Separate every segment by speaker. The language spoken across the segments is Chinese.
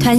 Speaker 1: 传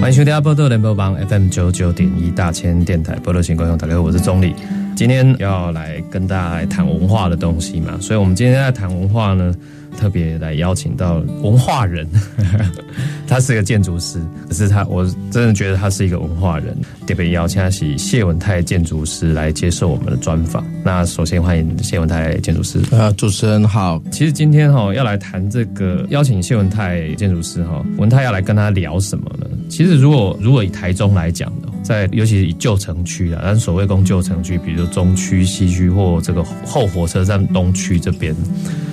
Speaker 2: 欢迎收听波多联播网 FM 九九点一大千电台波多情观众，大家好，我是钟礼。今天要来跟大家来谈文化的东西嘛，所以我们今天在谈文化呢，特别来邀请到文化人， 他是个建筑师，可是他我真的觉得他是一个文化人，特别邀请是谢文泰建筑师来接受我们的专访。那首先欢迎谢文泰建筑师。
Speaker 3: 呃，主持人好，
Speaker 2: 其实今天哈、要来谈这个，邀请谢文泰建筑师哈、文泰要来跟他聊什么呢？其实如果如果以台中来讲的，在尤其是以旧城区啊，但所谓公旧城区，比如说中区、西区或这个后火车站东区这边，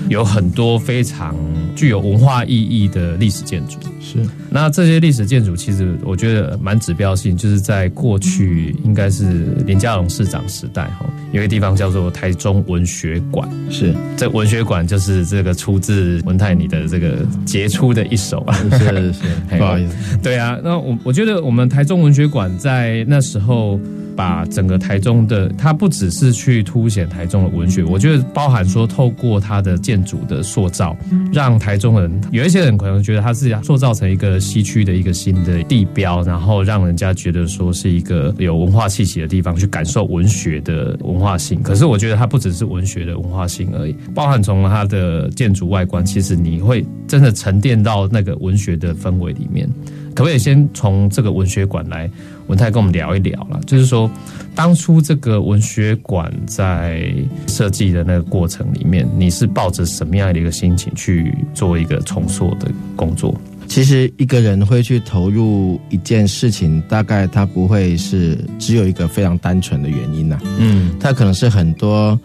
Speaker 2: 有很多非常具有文化意义的历史建筑。
Speaker 3: 是
Speaker 2: 那这些历史建筑，其实我觉得蛮指标性，就是在过去应该是林佳龙市长时代哈，有一个地方叫做台中文学馆。
Speaker 3: 是
Speaker 2: 这文学馆就是这个出自文泰你的这个杰出的一首啊。
Speaker 3: 是是，
Speaker 2: 嘿
Speaker 3: 不好意思，
Speaker 2: 对啊，那我我觉得我们台中文学馆在那时候把整个台中的，它不只是去凸显台中的文学，我觉得包含说透过它的建筑的塑造，让台中人有一些人可能觉得它是塑造成一个西区的一个新的地标，然后让人家觉得说是一个有文化气息的地方，去感受文学的文化性。可是我觉得它不只是文学的文化性而已，包含从它的建筑外观，其实你会真的沉淀到那个文学的氛围里面。可不可以先从这个文学馆来，文泰跟我们聊一聊啦？就是说，当初这个文学馆在设计的那个过程里面，你是抱着什么样的一个心情去做一个重塑的工作？
Speaker 3: 其实一个人会去投入一件事情，大概他不会是只有一个非常单纯的原因呐、啊
Speaker 2: 嗯
Speaker 3: 他可能是很多。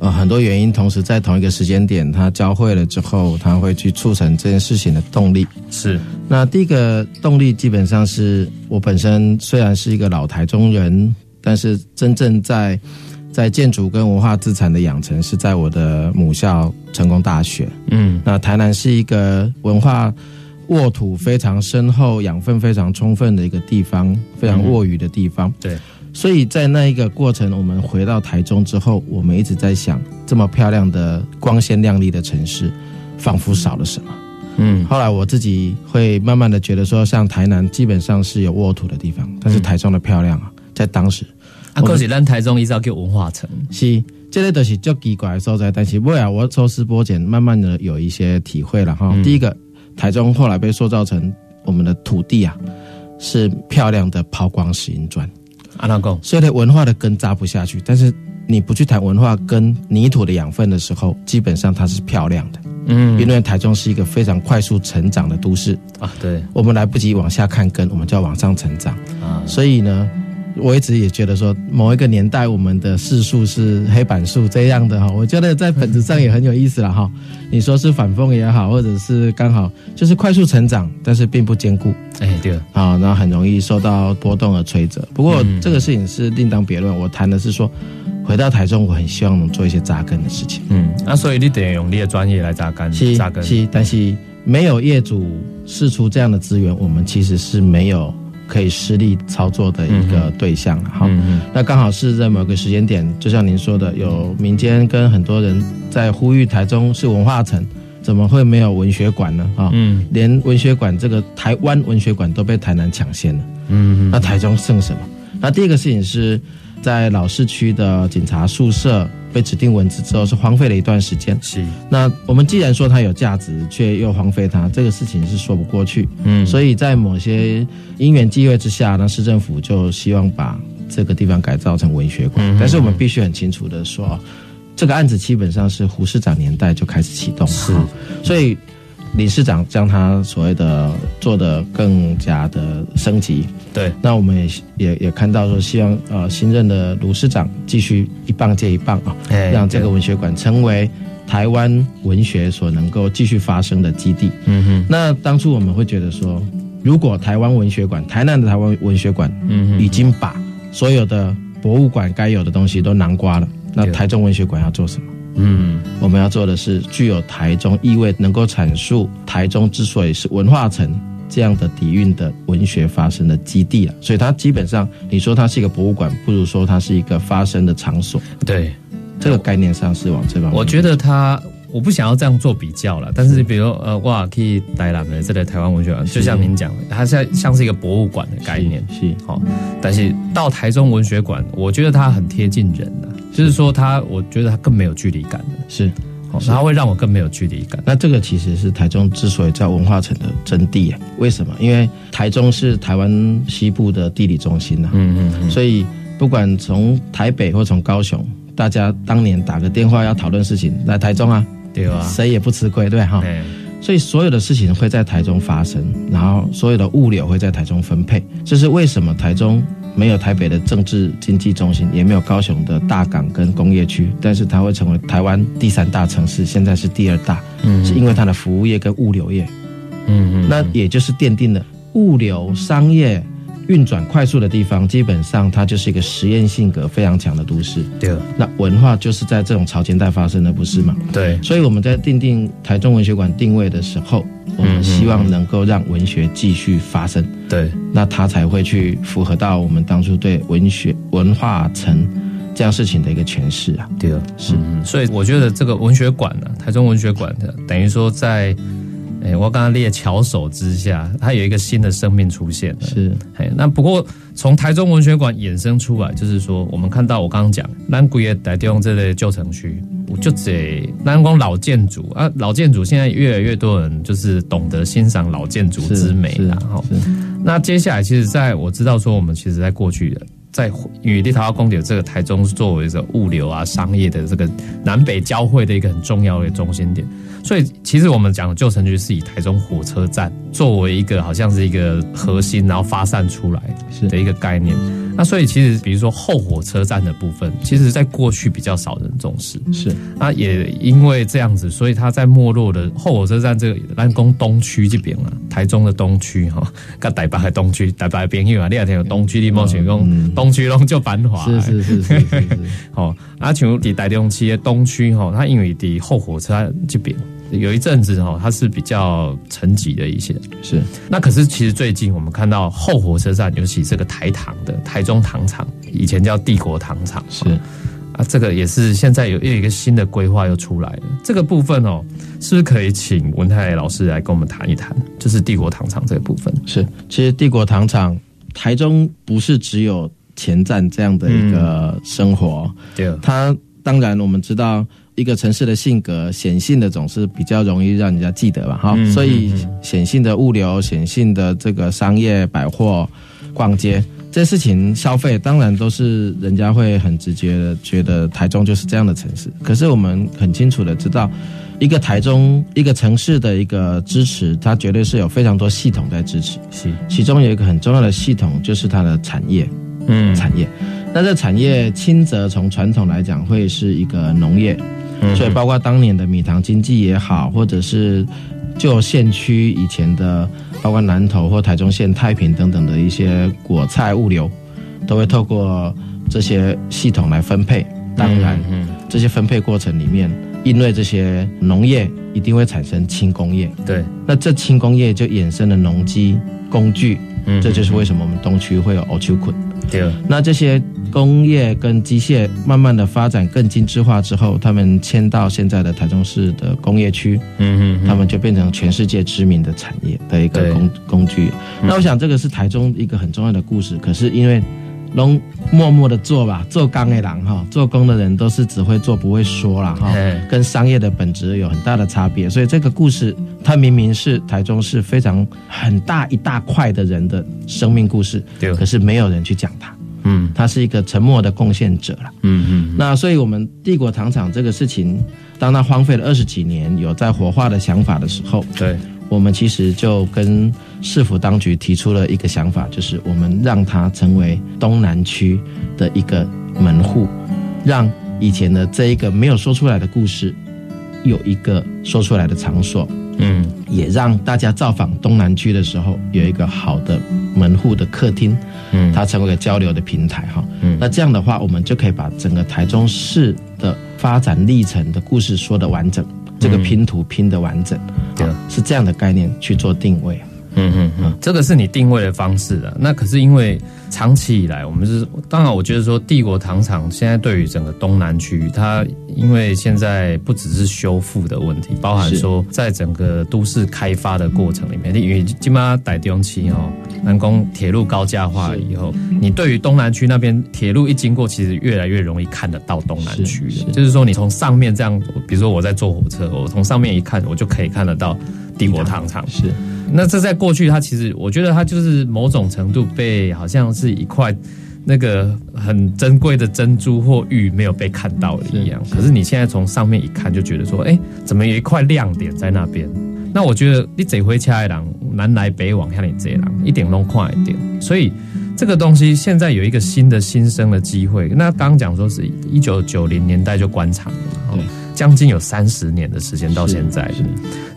Speaker 3: 呃，很多原因同时在同一个时间点，它交汇了之后，它会去促成这件事情的动力。
Speaker 2: 是，
Speaker 3: 那第一个动力基本上是我本身虽然是一个老台中人，但是真正在在建筑跟文化资产的养成是在我的母校成功大学。
Speaker 2: 嗯
Speaker 3: 那台南是一个文化沃土非常深厚、养分非常充分的一个地方，非常沃语的地方。
Speaker 2: 对，
Speaker 3: 所以在那一个过程，我们回到台中之后，我们一直在想，这么漂亮的、光鲜亮丽的城市，仿佛少了什么。
Speaker 2: 嗯
Speaker 3: 后来我自己会慢慢的觉得说，像台南基本上是有沃土的地方，但是台中的漂亮啊，在当时
Speaker 2: 啊，
Speaker 3: 我
Speaker 2: 可是咱台中依照叫文化城，
Speaker 3: 是，这类都是较奇怪的所在，但是未来我抽丝剥茧，慢慢的有一些体会了哈。
Speaker 2: 嗯
Speaker 3: 第一个，台中后来被塑造成我们的土地啊，是漂亮的抛光石英砖，
Speaker 2: 安那啊讲，
Speaker 3: 所以呢文化的根扎不下去，但是你不去谈文化跟泥土的养分的时候，基本上它是漂亮的，
Speaker 2: 嗯
Speaker 3: 因为台中是一个非常快速成长的都市，
Speaker 2: 啊，对
Speaker 3: 我们来不及往下看根，我们就要往上成长。
Speaker 2: 啊，
Speaker 3: 所以呢，我一直也觉得说，某一个年代我们的世数是黑板树这样的哈，我觉得在本质上也很有意思了哈。你说是反讽也好，或者是刚好就是快速成长，但是并不坚固
Speaker 2: 哎、对，
Speaker 3: 啊，然后很容易受到波动而摧折。不过
Speaker 2: 嗯
Speaker 3: 这个事情是另当别论，我谈的是说，回到台中，我很希望能做一些扎根的事情。
Speaker 2: 嗯，那、所以你得用你的专业来扎根，
Speaker 3: 是
Speaker 2: 扎根，
Speaker 3: 是，但是没有业主释出这样的资源，我们其实是没有可以施力操作的一个对象啊了哈。
Speaker 2: 嗯
Speaker 3: 那刚好是在某个时间点，就像您说的，有民间跟很多人在呼吁台中是文化城，怎么会没有文学馆呢？啊、
Speaker 2: 嗯
Speaker 3: 连文学馆这个台湾文学馆都被台南抢先了，
Speaker 2: 嗯
Speaker 3: 那台中剩什么？那第一个事情是在老市区的警察宿舍被指定文字之后是荒废了一段时间
Speaker 2: 嗯，。是，
Speaker 3: 那我们既然说它有价值，却又荒废它，这个事情是说不过去。
Speaker 2: 嗯
Speaker 3: 所以在某些因缘际会之下，那市政府就希望把这个地方改造成文学馆。
Speaker 2: 嗯
Speaker 3: 但是我们必须很清楚的说，这个案子基本上是胡市长年代就开始启动了，
Speaker 2: 是
Speaker 3: 哈所以李市长将他所谓的做的更加的升级。
Speaker 2: 对，
Speaker 3: 那我们也也也看到说，希望呃新任的卢市长继续一棒接一棒啊，
Speaker 2: 哎
Speaker 3: 让这个
Speaker 2: 对
Speaker 3: 文学馆成为台湾文学所能够继续发生的基地。
Speaker 2: 嗯哼。
Speaker 3: 那当初我们会觉得说，如果台湾文学馆，台南的台湾文学馆
Speaker 2: 嗯
Speaker 3: 已经把所有的博物馆该有的东西都囊括了，那
Speaker 2: 对
Speaker 3: 台中文学馆要做什么？
Speaker 2: 嗯
Speaker 3: 我们要做的是具有台中意味，能够阐述台中之所以是文化城这样的底蕴的文学发生的基地啊。所以它基本上，你说它是一个博物馆，不如说它是一个发生的场所。
Speaker 2: 对，
Speaker 3: 这个概念上是往这方面。
Speaker 2: 我觉得他。我不想要这样做比较了，嗯但是比如呃，哇，可以带来的这类台湾文学馆，就像您讲的，它像像是一个博物馆的概念，
Speaker 3: 是
Speaker 2: 好、但是到台中文学馆，我觉得它很贴近人啊，就是说它，我觉得它更没有距离感了，
Speaker 3: 是，
Speaker 2: 好、它会让我更没有距离感。
Speaker 3: 那这个其实是台中之所以叫文化城的真谛啊。为什么？因为台中是台湾西部的地理中心呐、啊。
Speaker 2: 嗯嗯嗯，
Speaker 3: 所以不管从台北或从高雄，大家当年打个电话要讨论事情，来台中啊，
Speaker 2: 对啊，
Speaker 3: 谁也不吃亏，对不对哈？
Speaker 2: 哎，
Speaker 3: 所以所有的事情会在台中发生，然后所有的物流会在台中分配，这是为什么台中。没有台北的政治经济中心，也没有高雄的大港跟工业区，但是它会成为台湾第三大城市，现在是第二大，
Speaker 2: 嗯
Speaker 3: 是因为它的服务业跟物流业。
Speaker 2: 嗯嗯，
Speaker 3: 那也就是奠定了物流商业运转快速的地方，基本上它就是一个实验性格非常强的都市。
Speaker 2: 对啊
Speaker 3: 那文化就是在这种潮间带发生的，不是吗？
Speaker 2: 对，
Speaker 3: 所以我们在定定台中文学馆定位的时候，我们希望能够让文学继续发生，
Speaker 2: 对，
Speaker 3: 那它才会去符合到我们当初对文学文化城这样事情的一个诠释啊。
Speaker 2: 对啊，
Speaker 3: 是
Speaker 2: 嗯，所以我觉得这个文学馆呢、台中文学馆的，等于说在，哎，我刚刚列巧手之下，它有一个新的生命出现了。
Speaker 3: 是
Speaker 2: 哎，那不过从台中文学馆衍生出来，就是说我们看到我刚刚讲，南古也台中这类旧城区，我就只南光老建筑啊，老建筑现在越来越多人就是懂得欣赏老建筑
Speaker 3: 是
Speaker 2: 之美
Speaker 3: 是
Speaker 2: 啦。哈。
Speaker 3: 是
Speaker 2: 那接下来，其实在我知道说，我们其实在过去的。在与立陶宛公有这个台中作为这个物流啊、商业的这个南北交汇的一个很重要的中心点，所以其实我们讲的旧城区是以台中火车站作为一个好像是一个核心，然后发散出来
Speaker 3: 是
Speaker 2: 的一个概念。那所以其实比如说后火车站的部分，其实在过去比较少人重视。
Speaker 3: 是
Speaker 2: 那啊也因为这样子，所以它在没落的后火车站这个南宫东区这边啊，台中的东区哈，跟台北的东区，台北的朋友啊，你也听有东区，你莫想讲东区拢就繁华的。
Speaker 3: 嗯是是是是是是。
Speaker 2: 吼、啊，像伫台中市的东区吼，它因为伫后火车站这边有一阵子吼，它是比较沉寂的一些。
Speaker 3: 是
Speaker 2: 那可是其实最近我们看到后火车站，尤其这个台糖的台中糖厂，以前叫帝国糖厂，
Speaker 3: 是
Speaker 2: 啊，这个也是现在有又有一个新的规划又出来了。这个部分哦，是不是可以请文泰老师来跟我们谈一谈，就是帝国糖厂这个部分？
Speaker 3: 是，其实帝国糖厂台中不是只有前站这样的一个生活，
Speaker 2: 对，
Speaker 3: 它当然我们知道。一个城市的性格显性的总是比较容易让人家记得吧，哈、
Speaker 2: 嗯
Speaker 3: 所以显性的物流、显性的这个商业百货、逛街这事情，消费当然都是人家会很直觉的觉得台中就是这样的城市。可是我们很清楚的知道，一个台中一个城市的一个支持，它绝对是有非常多系统在支持。
Speaker 2: 是，
Speaker 3: 其中有一个很重要的系统，就是它的产业，
Speaker 2: 嗯
Speaker 3: 产业。那这产业轻则从传统来讲会是一个农业，
Speaker 2: 嗯
Speaker 3: 所以包括当年的米塘经济也好，或者是旧县区以前的，包括南投或台中县太平等等的一些果菜物流，都会透过这些系统来分配。当然，
Speaker 2: 嗯，
Speaker 3: 这些分配过程里面，因为这些农业一定会产生轻工业，
Speaker 2: 嗯对，
Speaker 3: 那这轻工业就衍生了农机工具。
Speaker 2: 嗯
Speaker 3: 这就是为什么我们东区会有 o c h u k u
Speaker 2: 对，
Speaker 3: 那这些工业跟机械慢慢的发展更精致化之后，他们迁到现在的台中市的工业区，
Speaker 2: 嗯
Speaker 3: 他们就变成全世界知名的产业的一
Speaker 2: 对嗯
Speaker 3: 个工工具。那我想这个是台中一个很重要的故事。可是因为龙默默的做吧，做钢的人哈，做工的人都是只会做不会说啦哈。
Speaker 2: 哎，
Speaker 3: 跟商业的本质有很大的差别，所以这个故事它明明是台中市非常很大一大块的人的生命故事，
Speaker 2: 对，
Speaker 3: 可是没有人去讲它，
Speaker 2: 嗯
Speaker 3: 它是一个沉默的贡献者了。
Speaker 2: 嗯嗯，
Speaker 3: 那所以我们帝国糖厂这个事情，当它荒废了二十几年，有在活化的想法的时候，
Speaker 2: 对，
Speaker 3: 我们其实就跟市府当局提出了一个想法，就是我们让它成为东南区的一个门户，让以前的这一个没有说出来的故事，有一个说出来的场所，
Speaker 2: 嗯
Speaker 3: 也让大家造访东南区的时候有一个好的门户的客厅，
Speaker 2: 嗯
Speaker 3: 它成为一个交流的平台哈。
Speaker 2: 嗯
Speaker 3: 那这样的话，我们就可以把整个台中市的发展历程的故事说的完整，这个拼图拼的完整，
Speaker 2: 对
Speaker 3: 啊是这样的概念去做定位。
Speaker 2: 嗯嗯嗯，这个是你定位的方式啊。那可是因为长期以来，我们是当然，我觉得说帝国糖厂现在对于整个东南区域，它因为现在不只是修复的问题，包含
Speaker 3: 是
Speaker 2: 说在整个都市开发的过程里面，因为今嘛台中期哦，南宫铁路高架化以后，你对于东南区那边铁路一经过，其实越来越容易看得到东南区
Speaker 3: 是
Speaker 2: 了
Speaker 3: 是
Speaker 2: 就是说你从上面这样，比如说我在坐火车，我从上面一看，我就可以看得到帝国糖厂。
Speaker 3: 是
Speaker 2: 那这在过去，它其实我觉得它就是某种程度被好像是一块那个很珍贵的珍珠或玉没有被看到的一样。可是你现在从上面一看，就觉得说，哎、怎么有一块亮点在那边？那我觉得你这回车的人，南来北往，像你这人一点都快一点，所以。这个东西现在有一个新的新生的机会，那刚刚讲说是一九九零年代就关厂了嘛，哦
Speaker 3: 对
Speaker 2: 将近有三十年的时间到现在，
Speaker 3: 是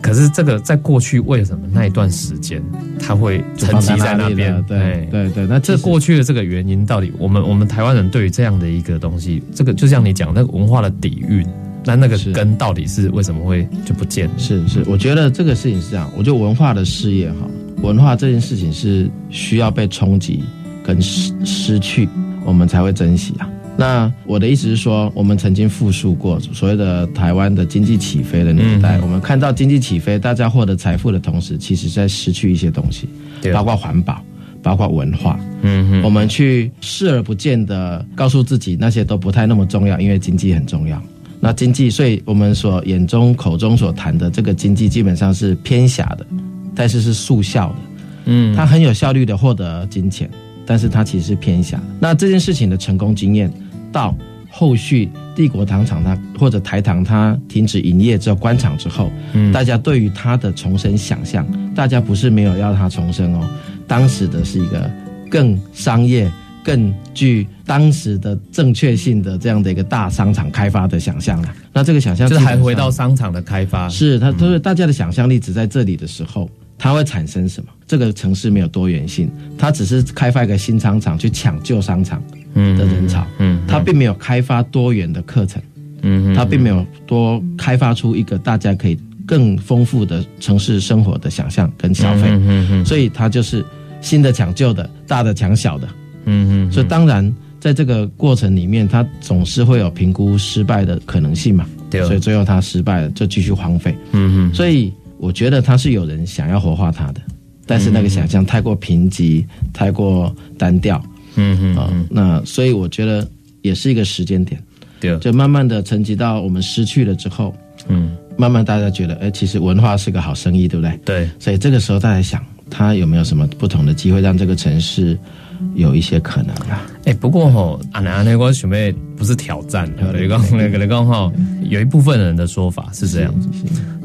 Speaker 2: 可是这个在过去为什么那一段时间它会沉积在那边？
Speaker 3: 对
Speaker 2: 哎
Speaker 3: 对对，那
Speaker 2: 这
Speaker 3: 这过
Speaker 2: 过去的这个原因到底，我们我们台湾人对于这样的一个东西，这个就像你讲那个文化的底蕴，那那个
Speaker 3: 是
Speaker 2: 根到底是为什么会就不见了？
Speaker 3: 是是，我觉得这个事情是这样，我觉得文化的事业哈，文化这件事情是需要被冲击跟失失去，我们才会珍惜啊。那我的意思是说，我们曾经复述过所谓的台湾的经济起飞的年代，
Speaker 2: 嗯
Speaker 3: 我们看到经济起飞，大家获得财富的同时，其实在失去一些东西，
Speaker 2: 对啊
Speaker 3: 包括环保，包括文化。
Speaker 2: 嗯
Speaker 3: 我
Speaker 2: 嗯
Speaker 3: 们去视而不见的告诉自己那些都不太那么重要，因为经济很重要。那经济，所以我们所眼中口中所谈的这个经济，基本上是偏狭的，但是是速效的。
Speaker 2: 嗯，
Speaker 3: 他很有效率的获得金钱，但是他其实是偏狭的。那这件事情的成功经验，到后续帝国糖厂它或者台糖它停止营业之后关厂之后，
Speaker 2: 嗯
Speaker 3: 大家对于它的重生想象，大家不是没有要它重生哦，当时的是一个更商业。更具当时的正确性的这样的一个大商场开发的想象了，那这个想象
Speaker 2: 就是
Speaker 3: 基
Speaker 2: 还
Speaker 3: 本
Speaker 2: 回
Speaker 3: 上
Speaker 2: 到商场的开发，
Speaker 3: 是它，它是大家的想象力只在这里的时候，它会产生什么？这个城市没有多元性，它只是开发一个新商场去抢救商场
Speaker 2: 嗯
Speaker 3: 的人潮，
Speaker 2: 嗯
Speaker 3: 它并没有开发多元的课程，
Speaker 2: 嗯
Speaker 3: 它并没有多开发出一个大家可以更丰富的城市生活的想象跟消费，
Speaker 2: 嗯嗯
Speaker 3: 所以它就是新的抢旧的，大的抢小的，
Speaker 2: 嗯嗯，
Speaker 3: 所以当然。在这个过程里面，它总是会有评估失败的可能性嘛，
Speaker 2: 对，哦
Speaker 3: 所以最后它失败了，就继续荒废。
Speaker 2: 嗯嗯
Speaker 3: 所以我觉得他是有人想要活化他的，但是那个想象太过贫瘠，太过单调
Speaker 2: 嗯
Speaker 3: 啊、
Speaker 2: 嗯，
Speaker 3: 那所以我觉得也是一个时间点，
Speaker 2: 对，
Speaker 3: 就慢慢的沉积到我们失去了之后，
Speaker 2: 嗯
Speaker 3: 慢慢大家觉得，哎，其实文化是个好生意，对不对？
Speaker 2: 对，
Speaker 3: 所以这个时候大家哎想，他有没有什么不同的机会让这个城市有一些可能啊？
Speaker 2: 哎、不过吼，啊，那那我准备不是挑战，你讲那个你讲吼，有一部分人的说法是这样子，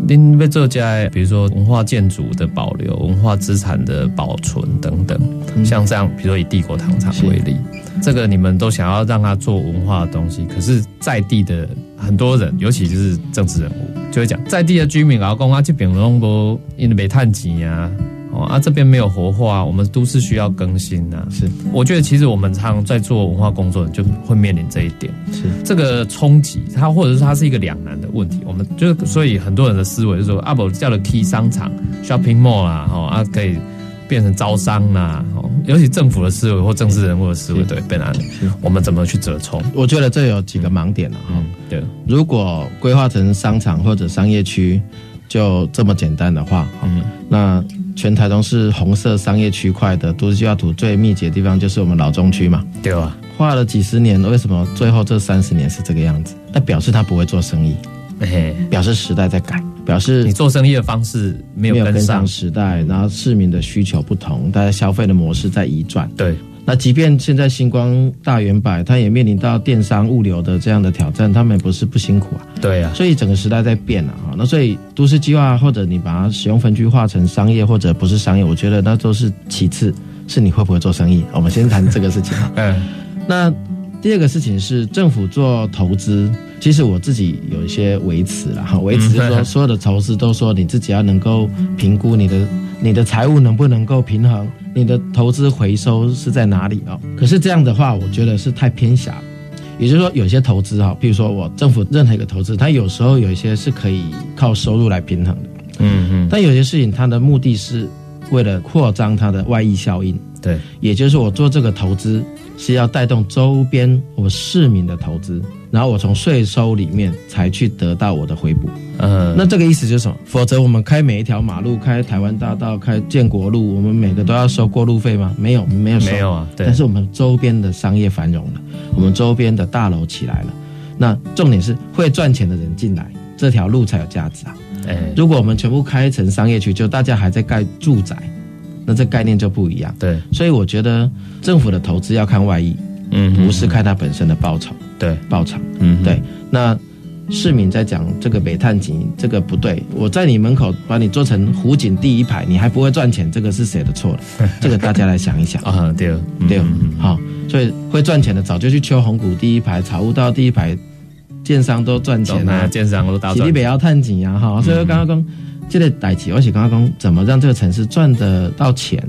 Speaker 2: 您被做在比如说文化建筑的保留、文化资产的保存等等，像这样，比如说以帝国糖厂为例，这个你们都想要让它做文化的东西，可是在地的很多人，尤其就是政治人物，就会讲在地的居民啊，讲啊这边拢无因为没探钱啊，哦啊这边没有活化，我们都市需要更新啊，
Speaker 3: 是
Speaker 2: 我觉得其实我们常常在做文化工作，就会面临这一点，
Speaker 3: 是
Speaker 2: 这个冲击，它或者是它是一个两难的问题。我们就是所以很多人的思维就是说，啊，我叫了 key 商场、shopping mall 啦，哦啊可以变成招商啦，哦，尤其政府的思维或政治人物的思维，对，被哪里
Speaker 3: 是？
Speaker 2: 我们怎么去折冲？
Speaker 3: 我觉得这有几个盲点了、啊、哈、
Speaker 2: 嗯，对，
Speaker 3: 如果规划成商场或者商业区，就这么简单的话，哦
Speaker 2: 嗯
Speaker 3: 那全台中市红色商业区块的都市计划图最密集的地方就是我们老中区嘛。
Speaker 2: 对啊，
Speaker 3: 画了几十年，为什么最后这三十年是这个样子？那表示他不会做生意，
Speaker 2: 嘿，
Speaker 3: 表示时代在改，表
Speaker 2: 你
Speaker 3: 示
Speaker 2: 做生意的方式没有
Speaker 3: 没有
Speaker 2: 跟
Speaker 3: 跟
Speaker 2: 上嗯
Speaker 3: 上，时代，然后市民的需求不同，大家消费的模式在移转。
Speaker 2: 对，
Speaker 3: 那即便现在星光大圆百，它也面临到电商物流的这样的挑战，他们也不是不辛苦啊。
Speaker 2: 对啊，
Speaker 3: 所以整个时代在变了啊。那所以都市计划或者你把它使用分区化成商业或者不是商业，我觉哦得那都是其次，是你会不会做生意。我们先谈这个事情啊。
Speaker 2: 嗯
Speaker 3: 那第二个事情是政府做投资，其实我自己有一些维持了哈，维持就是说所有的投资都说你自己要能够评估你的你的财务能不能够平衡，你的投资回收是在哪里哦。可是这样的话，我觉得是太偏狭了。也就是说，有些投资哈，譬如说我政府任何一个投资，它有时候有一些是可以靠收入来平衡的，
Speaker 2: 嗯嗯，
Speaker 3: 但有些事情它的目的是为了扩张它的外溢效应。
Speaker 2: 对，
Speaker 3: 也就是我做这个投资是要带动周边我市民的投资，然后我从税收里面才去得到我的回补。
Speaker 2: 嗯，
Speaker 3: 那这个意思就是什么？否则我们开每一条马路，开台湾大道，开建国路，我们每个都要收过路费吗？没有，没有收。
Speaker 2: 没有啊，对
Speaker 3: 但，是我们周边的商业繁荣了，我们周边的大楼起来了。那重点是会赚钱的人进来，这条路才有价值啊。
Speaker 2: 哎，
Speaker 3: 如果我们全部开成商业区，就大家还在盖住宅，那这概念就不一样。
Speaker 2: 对，
Speaker 3: 所以我觉得政府的投资要看外溢，
Speaker 2: 嗯，
Speaker 3: 不是看它本身的报酬
Speaker 2: 对，
Speaker 3: 报偿。
Speaker 2: 嗯，
Speaker 3: 对，那市民在讲这个煤炭井这个不对，我在你门口把你做成湖景第一排，你还不会赚钱，这个是谁 的错了？这个大家来想一想。
Speaker 2: 啊，对，嗯
Speaker 3: 对，
Speaker 2: 嗯
Speaker 3: 好、所以会赚钱的早就去秋红谷第一排，草悟道第一排，建商都赚
Speaker 2: 懂
Speaker 3: 钱
Speaker 2: 了，
Speaker 3: 啊，
Speaker 2: 建商都打
Speaker 3: 是
Speaker 2: 转
Speaker 3: 你，不要探井啊哈。所以我刚刚讲这个代志，我是刚刚讲怎么让这个城市赚得到钱，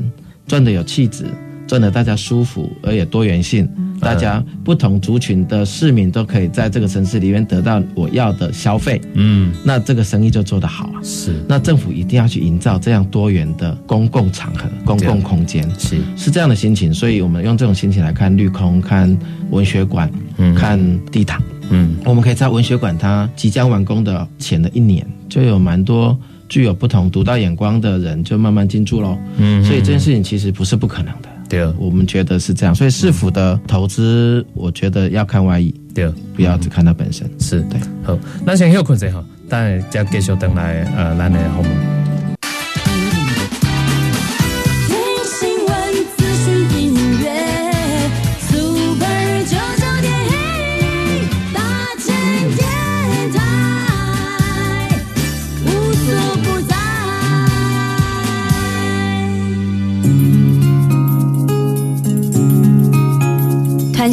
Speaker 3: 赚得有气质，赚得大家舒服，而且多元性，大家不同族群的市民都可以在这个城市里面得到我要的消费，
Speaker 2: 嗯，
Speaker 3: 那这个生意就做得好啊。
Speaker 2: 是
Speaker 3: 那政府一定要去营造这样多元的公共场合、公
Speaker 2: 这样
Speaker 3: 共空间。
Speaker 2: 是，
Speaker 3: 是这样的心情，所以我们用这种心情来看绿空、看文学馆、
Speaker 2: 嗯
Speaker 3: 看地毯。
Speaker 2: 嗯，
Speaker 3: 我们可以在文学馆它即将完工的前的一年，就有蛮多具有不同独到眼光的人就慢慢进驻喽。
Speaker 2: 嗯
Speaker 3: 所以这件事情其实不是不可能的，
Speaker 2: 对
Speaker 3: 我们觉得是这样。所以市府的投资，我觉得要看外溢，
Speaker 2: 对，
Speaker 3: 不要只看它本身。
Speaker 2: 是
Speaker 3: 对。
Speaker 2: 好，咱先休困一下吼，等下再继续等来呃咱的访问。
Speaker 4: 听新闻，资讯音乐，Super 九九点一，大千电台，无所不在。
Speaker 1: 传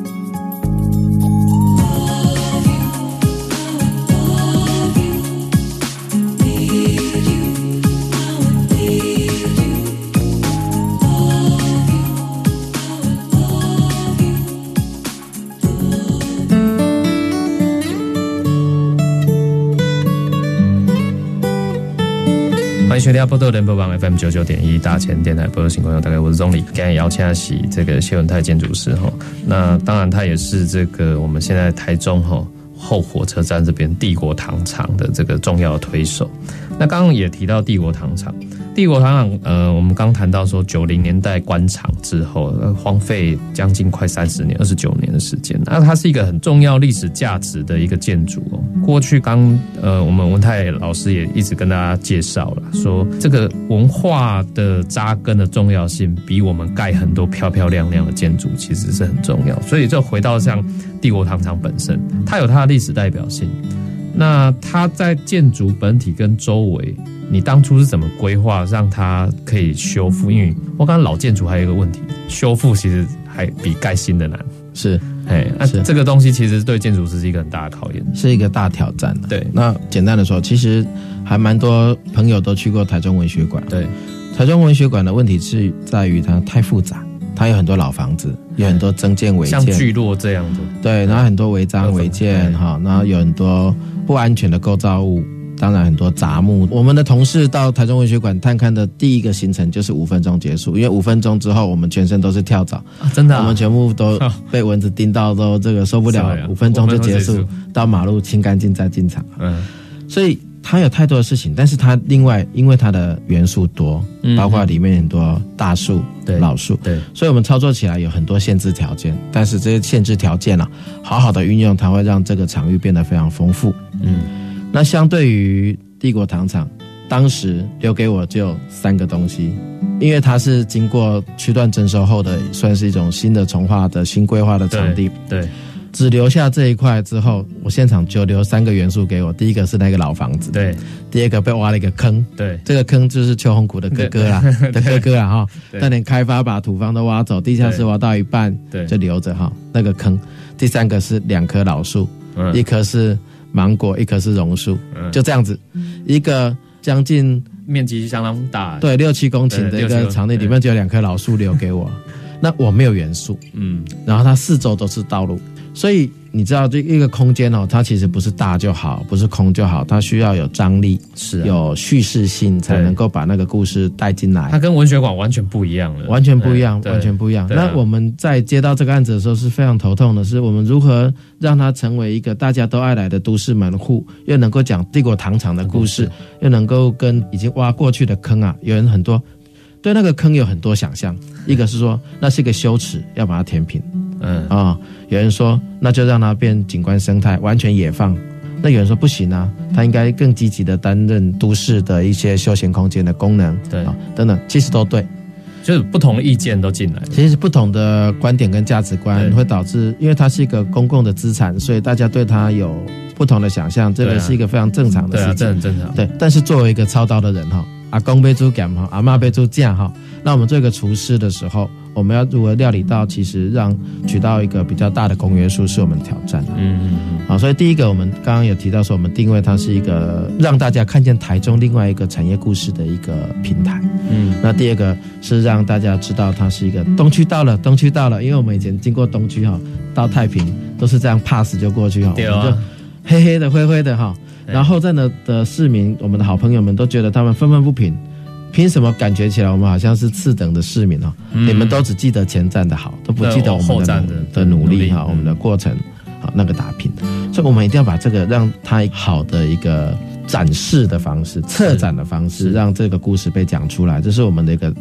Speaker 2: 欢迎收听波多联播网 FM 九九点一大千电台波多新朋友，大概我是钟礼。刚才邀请的是这个谢文泰建筑师哈，那当然他也是这个我们现在台中哈后火车站这边帝国糖厂的这个重要推手。那刚刚也提到帝国糖厂，帝国糖厂呃，我们刚谈到说九零年代关厂之后，呃荒废将近快三十年，二十九年的时间。那它是一个很重要历史价值的一个建筑哦。过去刚呃，我们文泰老师也一直跟大家介绍了，说这个文化的扎根的重要性，比我们盖很多漂漂亮亮的建筑其实是很重要。所以就回到像帝国糖厂本身，它有它的历史代表性。那它在建筑本体跟周围，你当初是怎么规划让它可以修复？因为我刚刚老建筑还有一个问题，修复其实还比盖新的难。
Speaker 3: 是
Speaker 2: 哎，那、
Speaker 3: 嗯是
Speaker 2: 这个东西其实对建筑师是一个很大的考验。
Speaker 3: 是一个大挑战、啊。
Speaker 2: 对
Speaker 3: 那简单的说，其实还蛮多朋友都去过台中文学馆。
Speaker 2: 对，
Speaker 3: 台中文学馆的问题是在于它太复杂，它有很多老房子，有很多增建违
Speaker 2: 像
Speaker 3: 建，
Speaker 2: 聚落这样子，
Speaker 3: 对，然后很多违章违建
Speaker 2: 嗯
Speaker 3: 哈，然后有很多不安全的构造物，当然很多杂木。我们的同事到台中文学馆探勘的第一个行程就是五分钟结束，因为五分钟之后我们全身都是跳蚤，
Speaker 2: 啊、真的、
Speaker 3: 我
Speaker 2: 啊
Speaker 3: 们，全部都被蚊子叮到都这个受不 了
Speaker 2: 是啊，
Speaker 3: 五分钟就结
Speaker 2: 五分
Speaker 3: 束
Speaker 2: 钟，
Speaker 3: 到马路清干净再进场。
Speaker 2: 嗯
Speaker 3: 所以它有太多的事情，但是它另外因为它的元素多，
Speaker 2: 嗯
Speaker 3: 包括里面很多大树、
Speaker 2: 对
Speaker 3: 老树，
Speaker 2: 对，
Speaker 3: 所以我们操作起来有很多限制条件。但是这些限制条件啊，好好的运用，它会让这个场域变得非常丰富。
Speaker 2: 嗯
Speaker 3: 那相对于帝国糖厂，当时留给我就三个东西，因为它是经过区段征收后的，算是一种新的从化的新规划的场地。
Speaker 2: 对，
Speaker 3: 只留下这一块之后，我现场就留三个元素给我，第一个是那个老房子，
Speaker 2: 对
Speaker 3: 第二个被挖了一个坑，
Speaker 2: 对
Speaker 3: 这个坑就是邱红谷的哥哥 啦，的哥哥啦哈，
Speaker 2: 对
Speaker 3: 那连开发把土方都挖走，地下室挖到一半
Speaker 2: 对
Speaker 3: 就留着哈，那个坑。第三个是两棵老树，
Speaker 2: 嗯
Speaker 3: 一棵是芒果，一棵是榕树，
Speaker 2: 嗯
Speaker 3: 就这样子，一个将近
Speaker 2: 面积相当大，，
Speaker 3: 对六七公顷的
Speaker 2: 对
Speaker 3: 一
Speaker 2: 六七公嗯
Speaker 3: 个
Speaker 2: 顷
Speaker 3: 场地里面就有两棵老树留给我，那我没有元素，
Speaker 2: 嗯
Speaker 3: 然后它四周都是道路，所以你知道这一个空间哦，它其实不是大就好，不是空就好，它需要有张力，
Speaker 2: 是啊
Speaker 3: 有叙事性，才
Speaker 2: 对
Speaker 3: 能够把那个故事带进来
Speaker 2: 它。跟文学馆完全不一样了，
Speaker 3: 完全不一样，
Speaker 2: 嗯对
Speaker 3: 完全不一样。
Speaker 2: 对啊
Speaker 3: 那我们在接到这个案子的时候是非常头痛的，是我们如何让它成为一个大家都爱来的都市门户，又能够讲帝国糖厂的故事，又能够跟已经挖过去的坑啊，有人很多对那个坑有很多想象，一个是说那是一个羞耻，要把它填平。
Speaker 2: 嗯
Speaker 3: 啊、有人说那就让它变景观生态，完全野放。那有人说不行啊，它应该更积极的担任都市的一些休闲空间的功能，
Speaker 2: 对
Speaker 3: 啊、等等，其实都对。
Speaker 2: 就是不同的意见都进来了，
Speaker 3: 其实不同的观点跟价值观
Speaker 2: 对
Speaker 3: 会导致，因为它是一个公共的资产，所以大家对它有不同的想象，这
Speaker 2: 对
Speaker 3: 个
Speaker 2: 啊
Speaker 3: 是一个非常正常的
Speaker 2: 对啊，
Speaker 3: 事
Speaker 2: 这
Speaker 3: 情。
Speaker 2: 很正常，
Speaker 3: 对，但是作为一个操刀的人哈，阿公被猪赶哈，阿妈被猪架哈，那我们做一个厨师的时候，我们要如何料理到，其实让取到一个比较大的公约数，是我们的挑战的。
Speaker 2: 嗯嗯嗯，
Speaker 3: 好，所以第一个我们刚刚有提到说，我们定位它是一个让大家看见台中另外一个产业故事的一个平台。
Speaker 2: 嗯，
Speaker 3: 那第二个是让大家知道它是一个东区到了，东区到了，因为我们以前经过东区哈，到太平都是这样 pass 就过去哈，
Speaker 2: 对
Speaker 3: 我们就
Speaker 2: 啊，
Speaker 3: 黑黑的灰灰的哈。
Speaker 2: 对
Speaker 3: 然后站的的市民，我们的好朋友们都觉得他们愤愤不平，凭什么感觉起来我们好像是次等的市民哦？
Speaker 2: 嗯
Speaker 3: 你们都只记得前站的好，都不记得我
Speaker 2: 后
Speaker 3: 们的
Speaker 2: 站
Speaker 3: 努
Speaker 2: 的
Speaker 3: 的努
Speaker 2: 努
Speaker 3: 力
Speaker 2: 力
Speaker 3: 哈，
Speaker 2: 嗯
Speaker 3: 我们的过程好那个打拼，所以我们一定要把这个让它好的一个展示的方
Speaker 2: 嗯
Speaker 3: 式、策展的方式，
Speaker 2: 是
Speaker 3: 让这个故事被讲出来，这是我们的一个。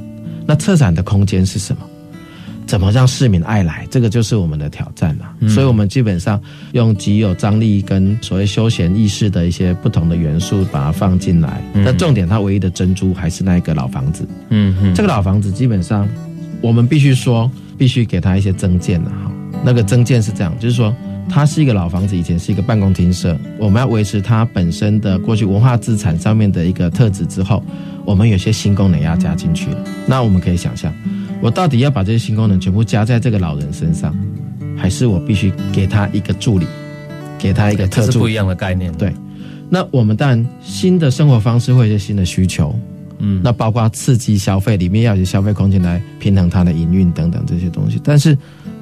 Speaker 3: 那策展的空间是什么？怎么让市民爱来？这个就是我们的挑战了、
Speaker 2: 嗯
Speaker 3: 所以，我们基本上用极有张力跟所谓休闲意识的一些不同的元素，把它放进来。那、重点，它唯一的珍珠还是那一个老房子。
Speaker 2: 嗯嗯，
Speaker 3: 这个老房子基本上，我们必须说，必须给它一些增建了哈。那个增建是这样，就是说，它是一个老房子，以前是一个办公厅舍，我们要维持它本身的过去文化资产上面的一个特质之后，我们有些新功能要加进去了。那我们可以想象，我到底要把这些新功能全部加在这个老人身上，还是我必须给他一个助理，给他一个
Speaker 2: 这
Speaker 3: 特
Speaker 2: 是
Speaker 3: 助
Speaker 2: 不一？样的概念，
Speaker 3: 对那我们当然新的生活方式会有一些新的需求，
Speaker 2: 嗯，
Speaker 3: 那包括刺激消费，里面要有些消费空间来平衡它的营运等等这些东西，但是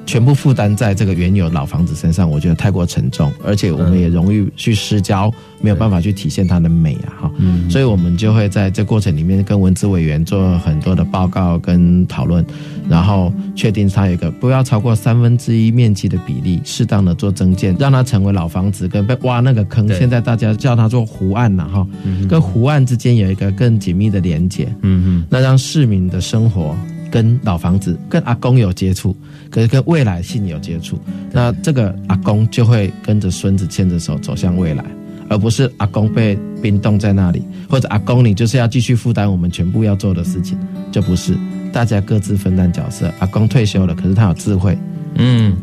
Speaker 3: 全部负担在这个原有老房子身上，我觉得太过沉重，而且我们也容易去失焦，没有办法去体现它的美啊哈。
Speaker 2: 嗯
Speaker 3: 所以我们就会在这过程里面跟文资委员做很多的报告跟讨论，然后确定它有一个不要超过三分之一面积的比例，适当的做增建，让它成为老房子跟被挖那个坑。
Speaker 2: 对
Speaker 3: 现在大家叫它做湖岸了哈，跟湖岸之间有一个更紧密的连接，
Speaker 2: 嗯
Speaker 3: 那让市民的生活。跟老房子、跟阿公有接触，可是跟未来性有接触，那这个阿公就会跟着孙子牵着手走向未来，而不是阿公被冰冻在那里，或者阿公你就是要继续负担我们全部要做的事情，就不是大家各自分担角色。阿公退休了，可是他有智慧，
Speaker 2: 嗯嗯，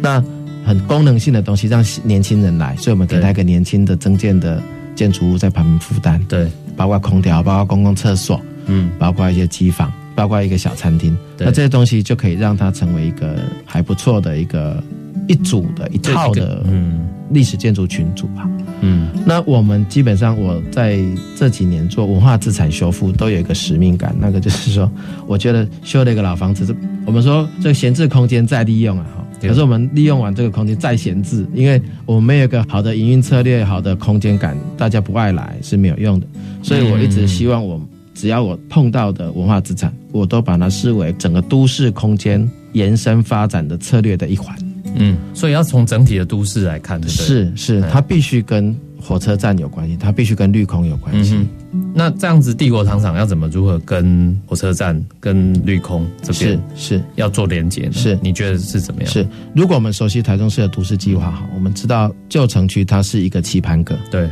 Speaker 3: 那很功能性的东西让年轻人来，所以我们给他一个年轻的增建的建筑物在旁边负担，
Speaker 2: 对，
Speaker 3: 包括空调，包括公共厕所，
Speaker 2: 嗯
Speaker 3: 包括一些机房，包括一个小餐厅，
Speaker 2: 对
Speaker 3: 那这些东西就可以让它成为一个还不错的一个一组的一套的
Speaker 2: 嗯
Speaker 3: 历史建筑群组吧。
Speaker 2: 嗯
Speaker 3: 那我们基本上我在这几年做文化资产修复，都有一个使命感，那个就是说，我觉得修了一个老房子，这我们说这个闲置空间再利用啊。哈
Speaker 2: 对
Speaker 3: 可是我们利用完这个空间再闲置，因为我们没有一个好的营运策略、好的空间感，大家不爱来是没有用的。所以我一直希望我，只要我碰到的文化资产，我都把它视为整个都市空间延伸发展的策略的一环。
Speaker 2: 嗯，所以要从整体的都市来看，对不对？
Speaker 3: 是是，
Speaker 2: 嗯
Speaker 3: 它必须跟火车站有关系，它必须跟绿空有关系。
Speaker 2: 嗯哼，那这样子，帝国糖厂要怎么如何跟火车站、跟绿空这
Speaker 3: 是
Speaker 2: 边啊
Speaker 3: 是
Speaker 2: 要做连接呢？
Speaker 3: 是
Speaker 2: 你觉得是怎么样？，
Speaker 3: 是，如果我们熟悉台中市的都市计划哈，我们知道旧城区它是一个棋盘格，
Speaker 2: 对，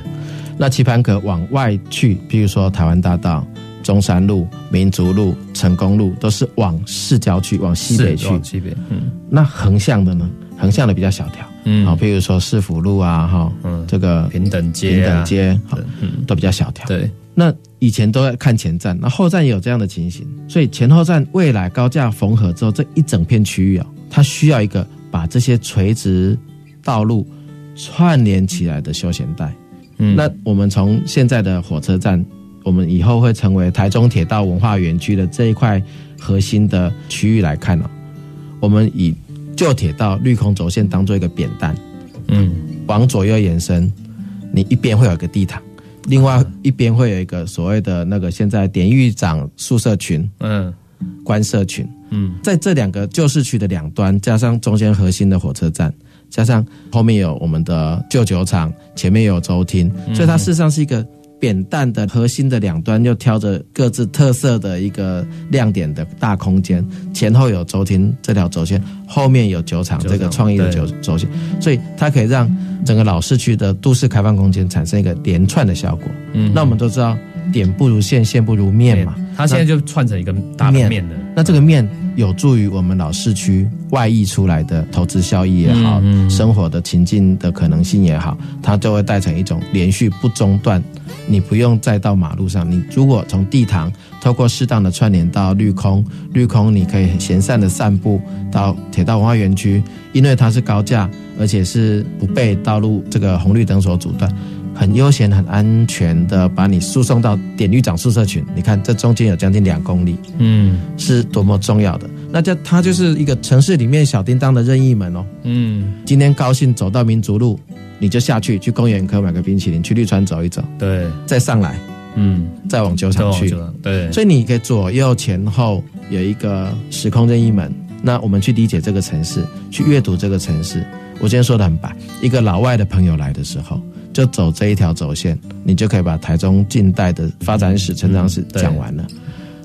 Speaker 3: 那棋盘格往外去，比如说台湾大道、中山路、民族路、成功路，都是往市郊区、往西
Speaker 2: 是
Speaker 3: 北去。
Speaker 2: 往西北，嗯
Speaker 3: 那横向的呢？横向的比较小条，
Speaker 2: 嗯
Speaker 3: 好，譬如说市府路啊，哈，
Speaker 2: 嗯
Speaker 3: 这个
Speaker 2: 平等街
Speaker 3: 平
Speaker 2: 啊
Speaker 3: 等街，好
Speaker 2: 嗯，
Speaker 3: 都比较小条。
Speaker 2: 对，
Speaker 3: 那以前都要看前站，那后站也有这样的情形，所以前后站未来高架缝合之后，这一整片区域啊，它需要一个把这些垂直道路串联起来的休闲带。
Speaker 2: 嗯
Speaker 3: 那我们从现在的火车站，我们以后会成为台中铁道文化园区的这一块核心的区域来看哦，我们以旧铁道绿空轴线当做一个扁担，
Speaker 2: 嗯
Speaker 3: 往左右延伸，你一边会有一个地毯，另外一边会有一个所谓的那个现在典狱长宿舍群、
Speaker 2: 嗯
Speaker 3: 官舍群，
Speaker 2: 嗯
Speaker 3: 在这两个旧市区的两端，加上中间核心的火车站，加上后面有我们的旧酒厂，前面有州厅，所以它事实上是一个扁担的核心的两端，又挑着各自特色的一个亮点的大空间，前后有州厅这条轴线，后面有酒厂
Speaker 2: 酒厂
Speaker 3: 这个创意的轴轴线，所以它可以让整个老市区的都市开放空间产生一个连串的效果。
Speaker 2: 嗯
Speaker 3: 那我们都知道，点不如线，线不如面嘛。
Speaker 2: 它现在就串成一个大的
Speaker 3: 面
Speaker 2: 面的，
Speaker 3: 那这个面有助于我们老市区外溢出来的投资效益也好，
Speaker 2: 嗯嗯嗯
Speaker 3: 生活的情境的可能性也好，它就会带成一种连续不中断。你不用再到马路上，你如果从地堂透过适当的串联到绿空，绿空你可以闲散的散步到铁道文化园区，因为它是高架，而且是不被道路这个红绿灯所阻断。很悠闲、很安全的把你输送到典狱长宿舍群，你看这中间有将近两公里，
Speaker 2: 嗯
Speaker 3: 是多么重要的。那这它就是一个城市里面小叮当的任意门哦。
Speaker 2: 嗯，
Speaker 3: 今天高兴走到民族路，你就下去去公园科买个冰淇淋，去绿川走一走，
Speaker 2: 对，
Speaker 3: 再上来，
Speaker 2: 嗯，
Speaker 3: 再往酒
Speaker 2: 都
Speaker 3: 厂
Speaker 2: 往
Speaker 3: 去。
Speaker 2: 这了对，
Speaker 3: 所以你可以左右前后有一个时空任意门。那我们去理解这个城市，去阅读这个城市。我今天说的很白，一个老外的朋友来的时候，就走这一条轴线，你就可以把台中近代的发展史、成长史
Speaker 2: 嗯对
Speaker 3: 讲完了。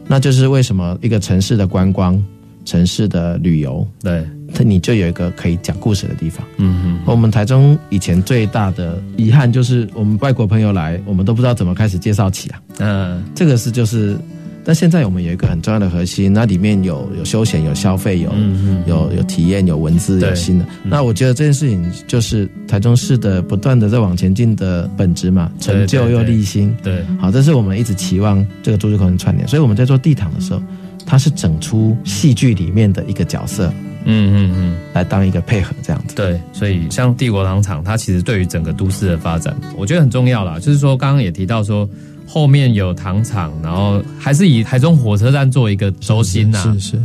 Speaker 3: 那就是为什么一个城市的观光、城市的旅游，
Speaker 2: 对，
Speaker 3: 它你就有一个可以讲故事的地方。
Speaker 2: 嗯嗯
Speaker 3: 我们台中以前最大的遗憾就是，我们外国朋友来，我们都不知道怎么开始介绍起啊。
Speaker 2: 嗯
Speaker 3: 这个是就是，但现在我们有一个很重要的核心，那里面有有休闲、有消费、有、
Speaker 2: 嗯嗯，
Speaker 3: 有有体验、有文字、
Speaker 2: 对嗯
Speaker 3: 有新的。那我觉得这件事情就是台中市的不断的在往前进的本质嘛，
Speaker 2: 对
Speaker 3: 成就
Speaker 2: 对
Speaker 3: 又
Speaker 2: 对
Speaker 3: 立新。
Speaker 2: 对，
Speaker 3: 好，这是我们一直期望这个都市空间串联，所以我们在做地毯的时候，它是整出戏剧里面的一个角色
Speaker 2: 嗯嗯嗯。
Speaker 3: 来当一个配合这样子。
Speaker 2: 对，所以像帝国糖厂，它其实对于整个都市的发展，我觉得很重要啦。就是说，刚刚也提到说，后面有糖厂，然后还是以台中火车站作为一个轴心啊呐、
Speaker 5: 是是，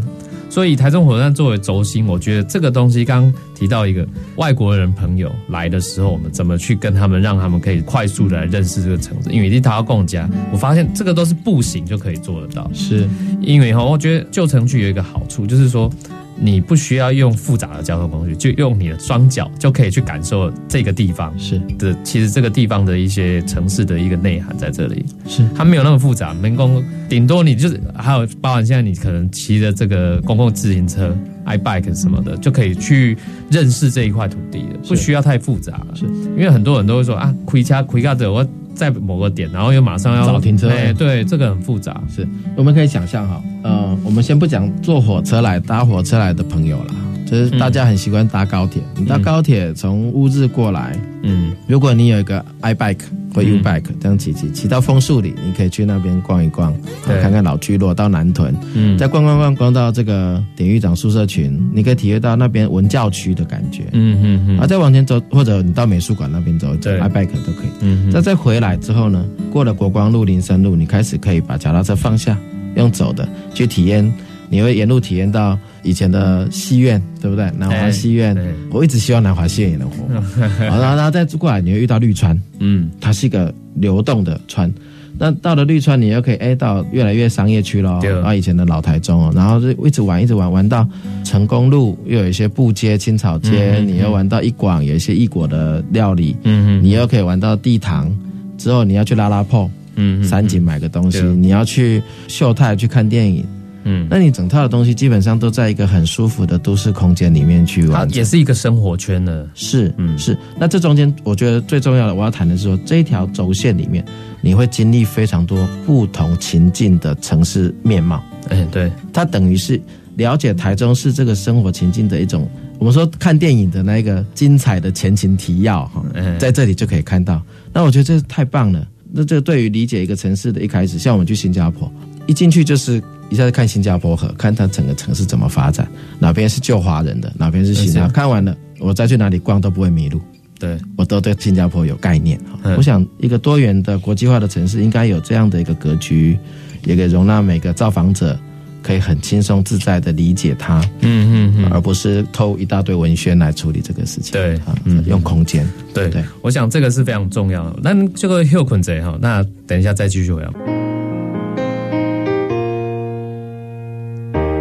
Speaker 2: 所以台中火车站作为轴心，我觉得这个东西刚刚提到一个外国人朋友来的时候，我们怎么去跟他们，让他们可以快速的来认识这个城市。因为一到共家，啊我发现这个都是步行就可以做得到。
Speaker 3: 是
Speaker 2: 因为哈，我觉得旧城区有一个好处，就是说你不需要用复杂的交通工具，就用你的双脚就可以去感受这个地方
Speaker 3: 是
Speaker 2: 的。其实这个地方的一些城市的一个内涵在这里，
Speaker 3: 是
Speaker 2: 它没有那么复杂。民工顶多你就是还有包含现在你可能骑着这个公共自行车、i bike 什么的，就可以去认识这一块土地了，不需要太复杂了。
Speaker 3: 是
Speaker 2: 因为很多人都会说啊，回家回家的我在某个点，然后又马上要
Speaker 3: 找停车位
Speaker 2: 哎对，这个很复杂。
Speaker 3: 是，我们可以想象哈，呃，我们先不讲坐火车来搭火车来的朋友啦，就是大家很习惯搭高铁。你搭高铁从乌日过来，
Speaker 2: 嗯
Speaker 3: 如果你有一个 i bike 或 u
Speaker 2: 嗯
Speaker 3: bike、这样骑骑骑到枫树里，你可以去那边逛一逛，
Speaker 2: 对
Speaker 3: 看看老聚落，到南屯，
Speaker 2: 嗯
Speaker 3: 再逛逛逛逛到这个典狱长宿舍群，你可以体会到那边文教区的感觉。
Speaker 2: 嗯嗯嗯
Speaker 3: 啊，再往前走，或者你到美术馆那边走一走
Speaker 2: 对
Speaker 3: ，i bike 都可以。
Speaker 2: 嗯
Speaker 3: 那
Speaker 2: 哼
Speaker 3: 再回来之后呢，过了国光路、林森路，你开始可以把脚踏车放下，用走的去体验，你会沿路体验到以前的戏院，对不对？南华戏院，
Speaker 2: 哎哎
Speaker 3: 我一直希望南华戏院也能 活。好，然后然后再过来，你会遇到绿川，
Speaker 2: 嗯
Speaker 3: 它是一个流动的川。那到了绿川，你又可以哎到越来越商业区咯，
Speaker 2: 对
Speaker 3: 然后以前的老台中哦，然后就一直玩一直玩，玩到成功路又有一些布街、青草街，
Speaker 2: 嗯嗯嗯
Speaker 3: 你又玩到一广有一些异国的料理，
Speaker 2: 嗯
Speaker 3: 你又可以玩到地堂，之后你要去拉拉铺、
Speaker 2: 嗯
Speaker 3: 三井买个东西，
Speaker 2: 对
Speaker 3: 你要去秀泰去看电影，
Speaker 2: 嗯，
Speaker 3: 那你整套的东西基本上都在一个很舒服的都市空间里面去
Speaker 2: 它
Speaker 3: 玩。
Speaker 2: 也是一个生活圈呢。
Speaker 3: 是，
Speaker 2: 嗯
Speaker 3: 是。那这中间，我觉得最重要的，我要谈的是说，这一条轴线里面，你会经历非常多不同情境的城市面貌，
Speaker 2: 哎，对，
Speaker 3: 它等于是了解台中市这个生活情境的一种，我们说看电影的那个精彩的前情提要哈
Speaker 2: 嗯，
Speaker 3: 在这里就可以看到。那我觉得这太棒了。那这个对于理解一个城市的一开始，像我们去新加坡，一进去就是一下子看新加坡河，看它整个城市怎么发展，哪边是旧华人的，哪边是新加
Speaker 2: 是
Speaker 3: 看完了，我再去哪里逛都不会迷路。
Speaker 2: 对，
Speaker 3: 我都对新加坡有概念。
Speaker 2: 嗯
Speaker 3: 我想，一个多元的国际化的城市应该有这样的一个格局，也可以容纳每个造访者可以很轻松自在的理解它，
Speaker 2: 嗯嗯嗯，
Speaker 3: 而不是偷一大堆文宣来处理这个事情。
Speaker 2: 对嗯
Speaker 3: 啊，用空间。
Speaker 2: 对
Speaker 3: 对
Speaker 2: 我想这个是非常重要的。那这个休困者哈，那等一下再继续回来。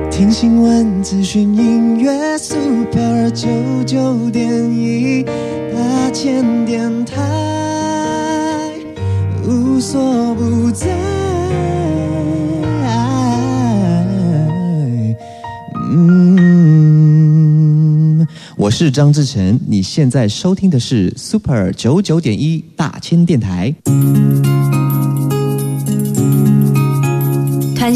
Speaker 5: 听新闻资讯音乐 Super 九九点一大千电台，无所不在。嗯，我是张志成，你现在收听的是 Super 九九点一大千电台。
Speaker 1: 传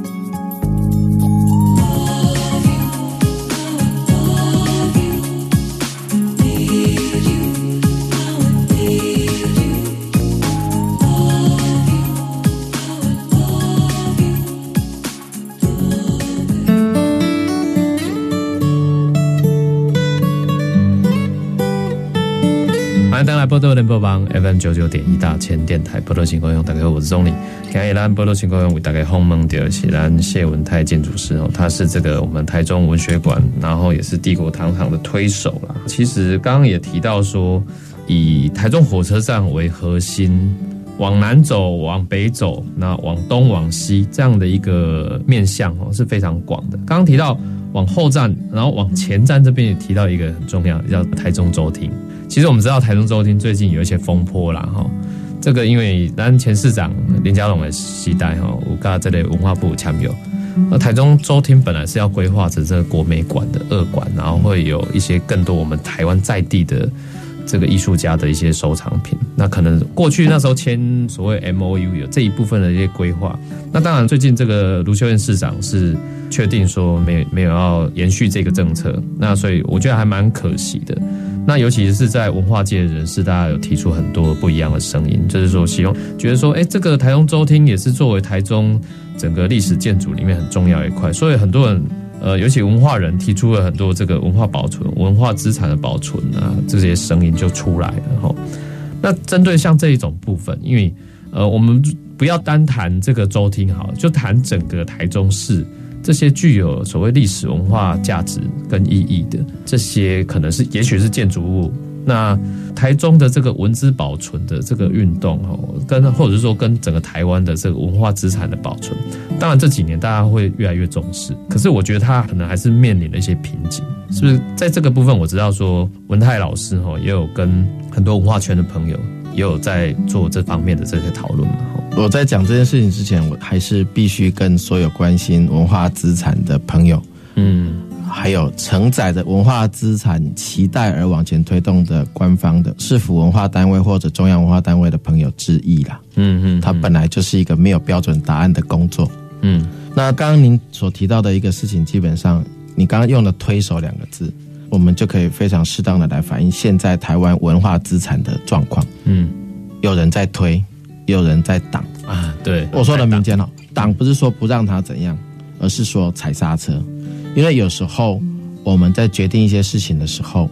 Speaker 2: 欢迎登来波多联播帮 FM 九九点一大千电台波多情况用，大家好，我是钟林。今日咱波多情况用为大家访问到的是咱谢文泰建筑师哦，他是这个我们台中文学馆，然后也是帝国堂堂的推手啦。其实刚刚也提到说，以台中火车站为核心。往南走，往北走，那往东、往西这样的一个面向哦是非常广的。刚刚提到往后站，然后往前站这边也提到一个很重要的，叫台中州厅。其实我们知道台中州厅最近有一些风波啦，哈。这个因为咱前市长林佳龙的时代哈，我跟这类文化部强有。那台中州厅本来是要规划成这个国美馆的二馆，然后会有一些更多我们台湾在地的这个艺术家的一些收藏品。那可能过去那时候签所谓 M O U 有这一部分的一些规划。那当然，最近这个卢秀燕市长是确定说没没有要延续这个政策，那所以我觉得还蛮可惜的。那尤其是在文化界的人士，大家有提出很多不一样的声音，就是说希望觉得说，哎、这个台中州厅也是作为台中整个历史建筑里面很重要的一块，所以很多人。呃，尤其文化人提出了很多这个文化保存、文化资产的保存啊，这些声音就出来了哈。那针对像这一种部分，因为呃，我们不要单谈这个州厅好了，就谈整个台中市这些具有所谓历史文化价值跟意义的这些，可能是也许是建筑物。那台中的这个文资保存的这个运动哦，跟或者是说跟整个台湾的这个文化资产的保存，当然这几年大家会越来越重视，可是我觉得它可能还是面临了一些瓶颈，是不是？在这个部分，我知道说文泰老师哈也有跟很多文化圈的朋友也有在做这方面的这些讨论嘛，吼
Speaker 3: 我在讲这件事情之前，我还是必须跟所有关心文化资产的朋友，
Speaker 2: 嗯
Speaker 3: 还有承载着文化资产期待而往前推动的官方的市府文化单位或者中央文化单位的朋友致意啦。
Speaker 2: 嗯嗯，
Speaker 3: 它本来就是一个没有标准答案的工作。
Speaker 2: 嗯
Speaker 3: 那刚刚您所提到的一个事情，基本上你刚刚用了“推手”两个字，我们就可以非常适当的来反映现在台湾文化资产的状况。
Speaker 2: 嗯
Speaker 3: 有人在推，有人在挡。
Speaker 2: 啊，对，
Speaker 3: 我说的民间哦，挡不是说不让他怎样，而是说踩刹车，因为有时候我们在决定一些事情的时候，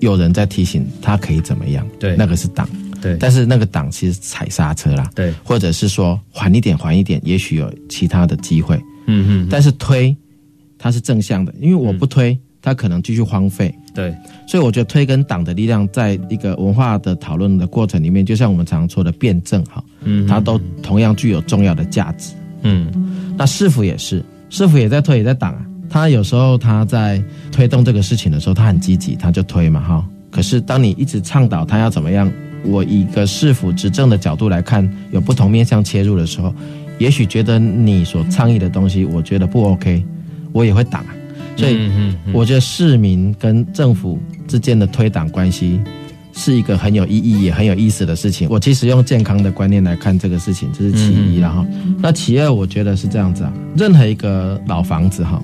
Speaker 3: 有人在提醒他可以怎么样，
Speaker 2: 对
Speaker 3: 那个是挡，
Speaker 2: 对
Speaker 3: 但是那个挡其实踩刹车啦，
Speaker 2: 对，
Speaker 3: 或者是说缓一点，缓一点，也许有其他的机会，
Speaker 2: 嗯嗯，嗯
Speaker 3: 但是推它是正向的，因为我不推，它可能继续荒废，
Speaker 2: 对，
Speaker 3: 所以我觉得推跟党的力量，在一个文化的讨论的过程里面，就像我们常说的辩证哈，
Speaker 2: 嗯
Speaker 3: 它都同样具有重要的价值。
Speaker 2: 嗯
Speaker 3: 那市府也是，市府也在推，也在挡啊。他有时候他在推动这个事情的时候，他很积极，他就推嘛哈。可是当你一直倡导他要怎么样，我以一个市府执政的角度来看，有不同面向切入的时候，也许觉得你所倡议的东西，我觉得不 OK，我也会挡啊。所以
Speaker 2: 嗯嗯，
Speaker 3: 我觉得市民跟政府之间的推党关系是一个很有意义也很有意思的事情。我其实用健康的观念来看这个事情，这是其一了哈。那其二，我觉得是这样子啊，任何一个老房子哈，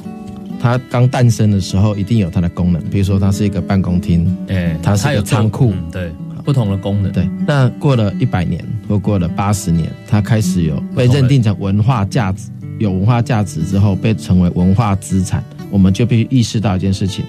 Speaker 3: 它刚诞生的时候一定有它的功能，比如说它是一个办公厅，
Speaker 2: 哎，
Speaker 3: 它是一个
Speaker 2: 有
Speaker 3: 仓库
Speaker 2: 嗯对，不同的功能，
Speaker 3: 对，那过了一百年或过了八十年，它开始有被认定成文化价值，有文化价值之后被成为文化资产，我们就必须意识到一件事情，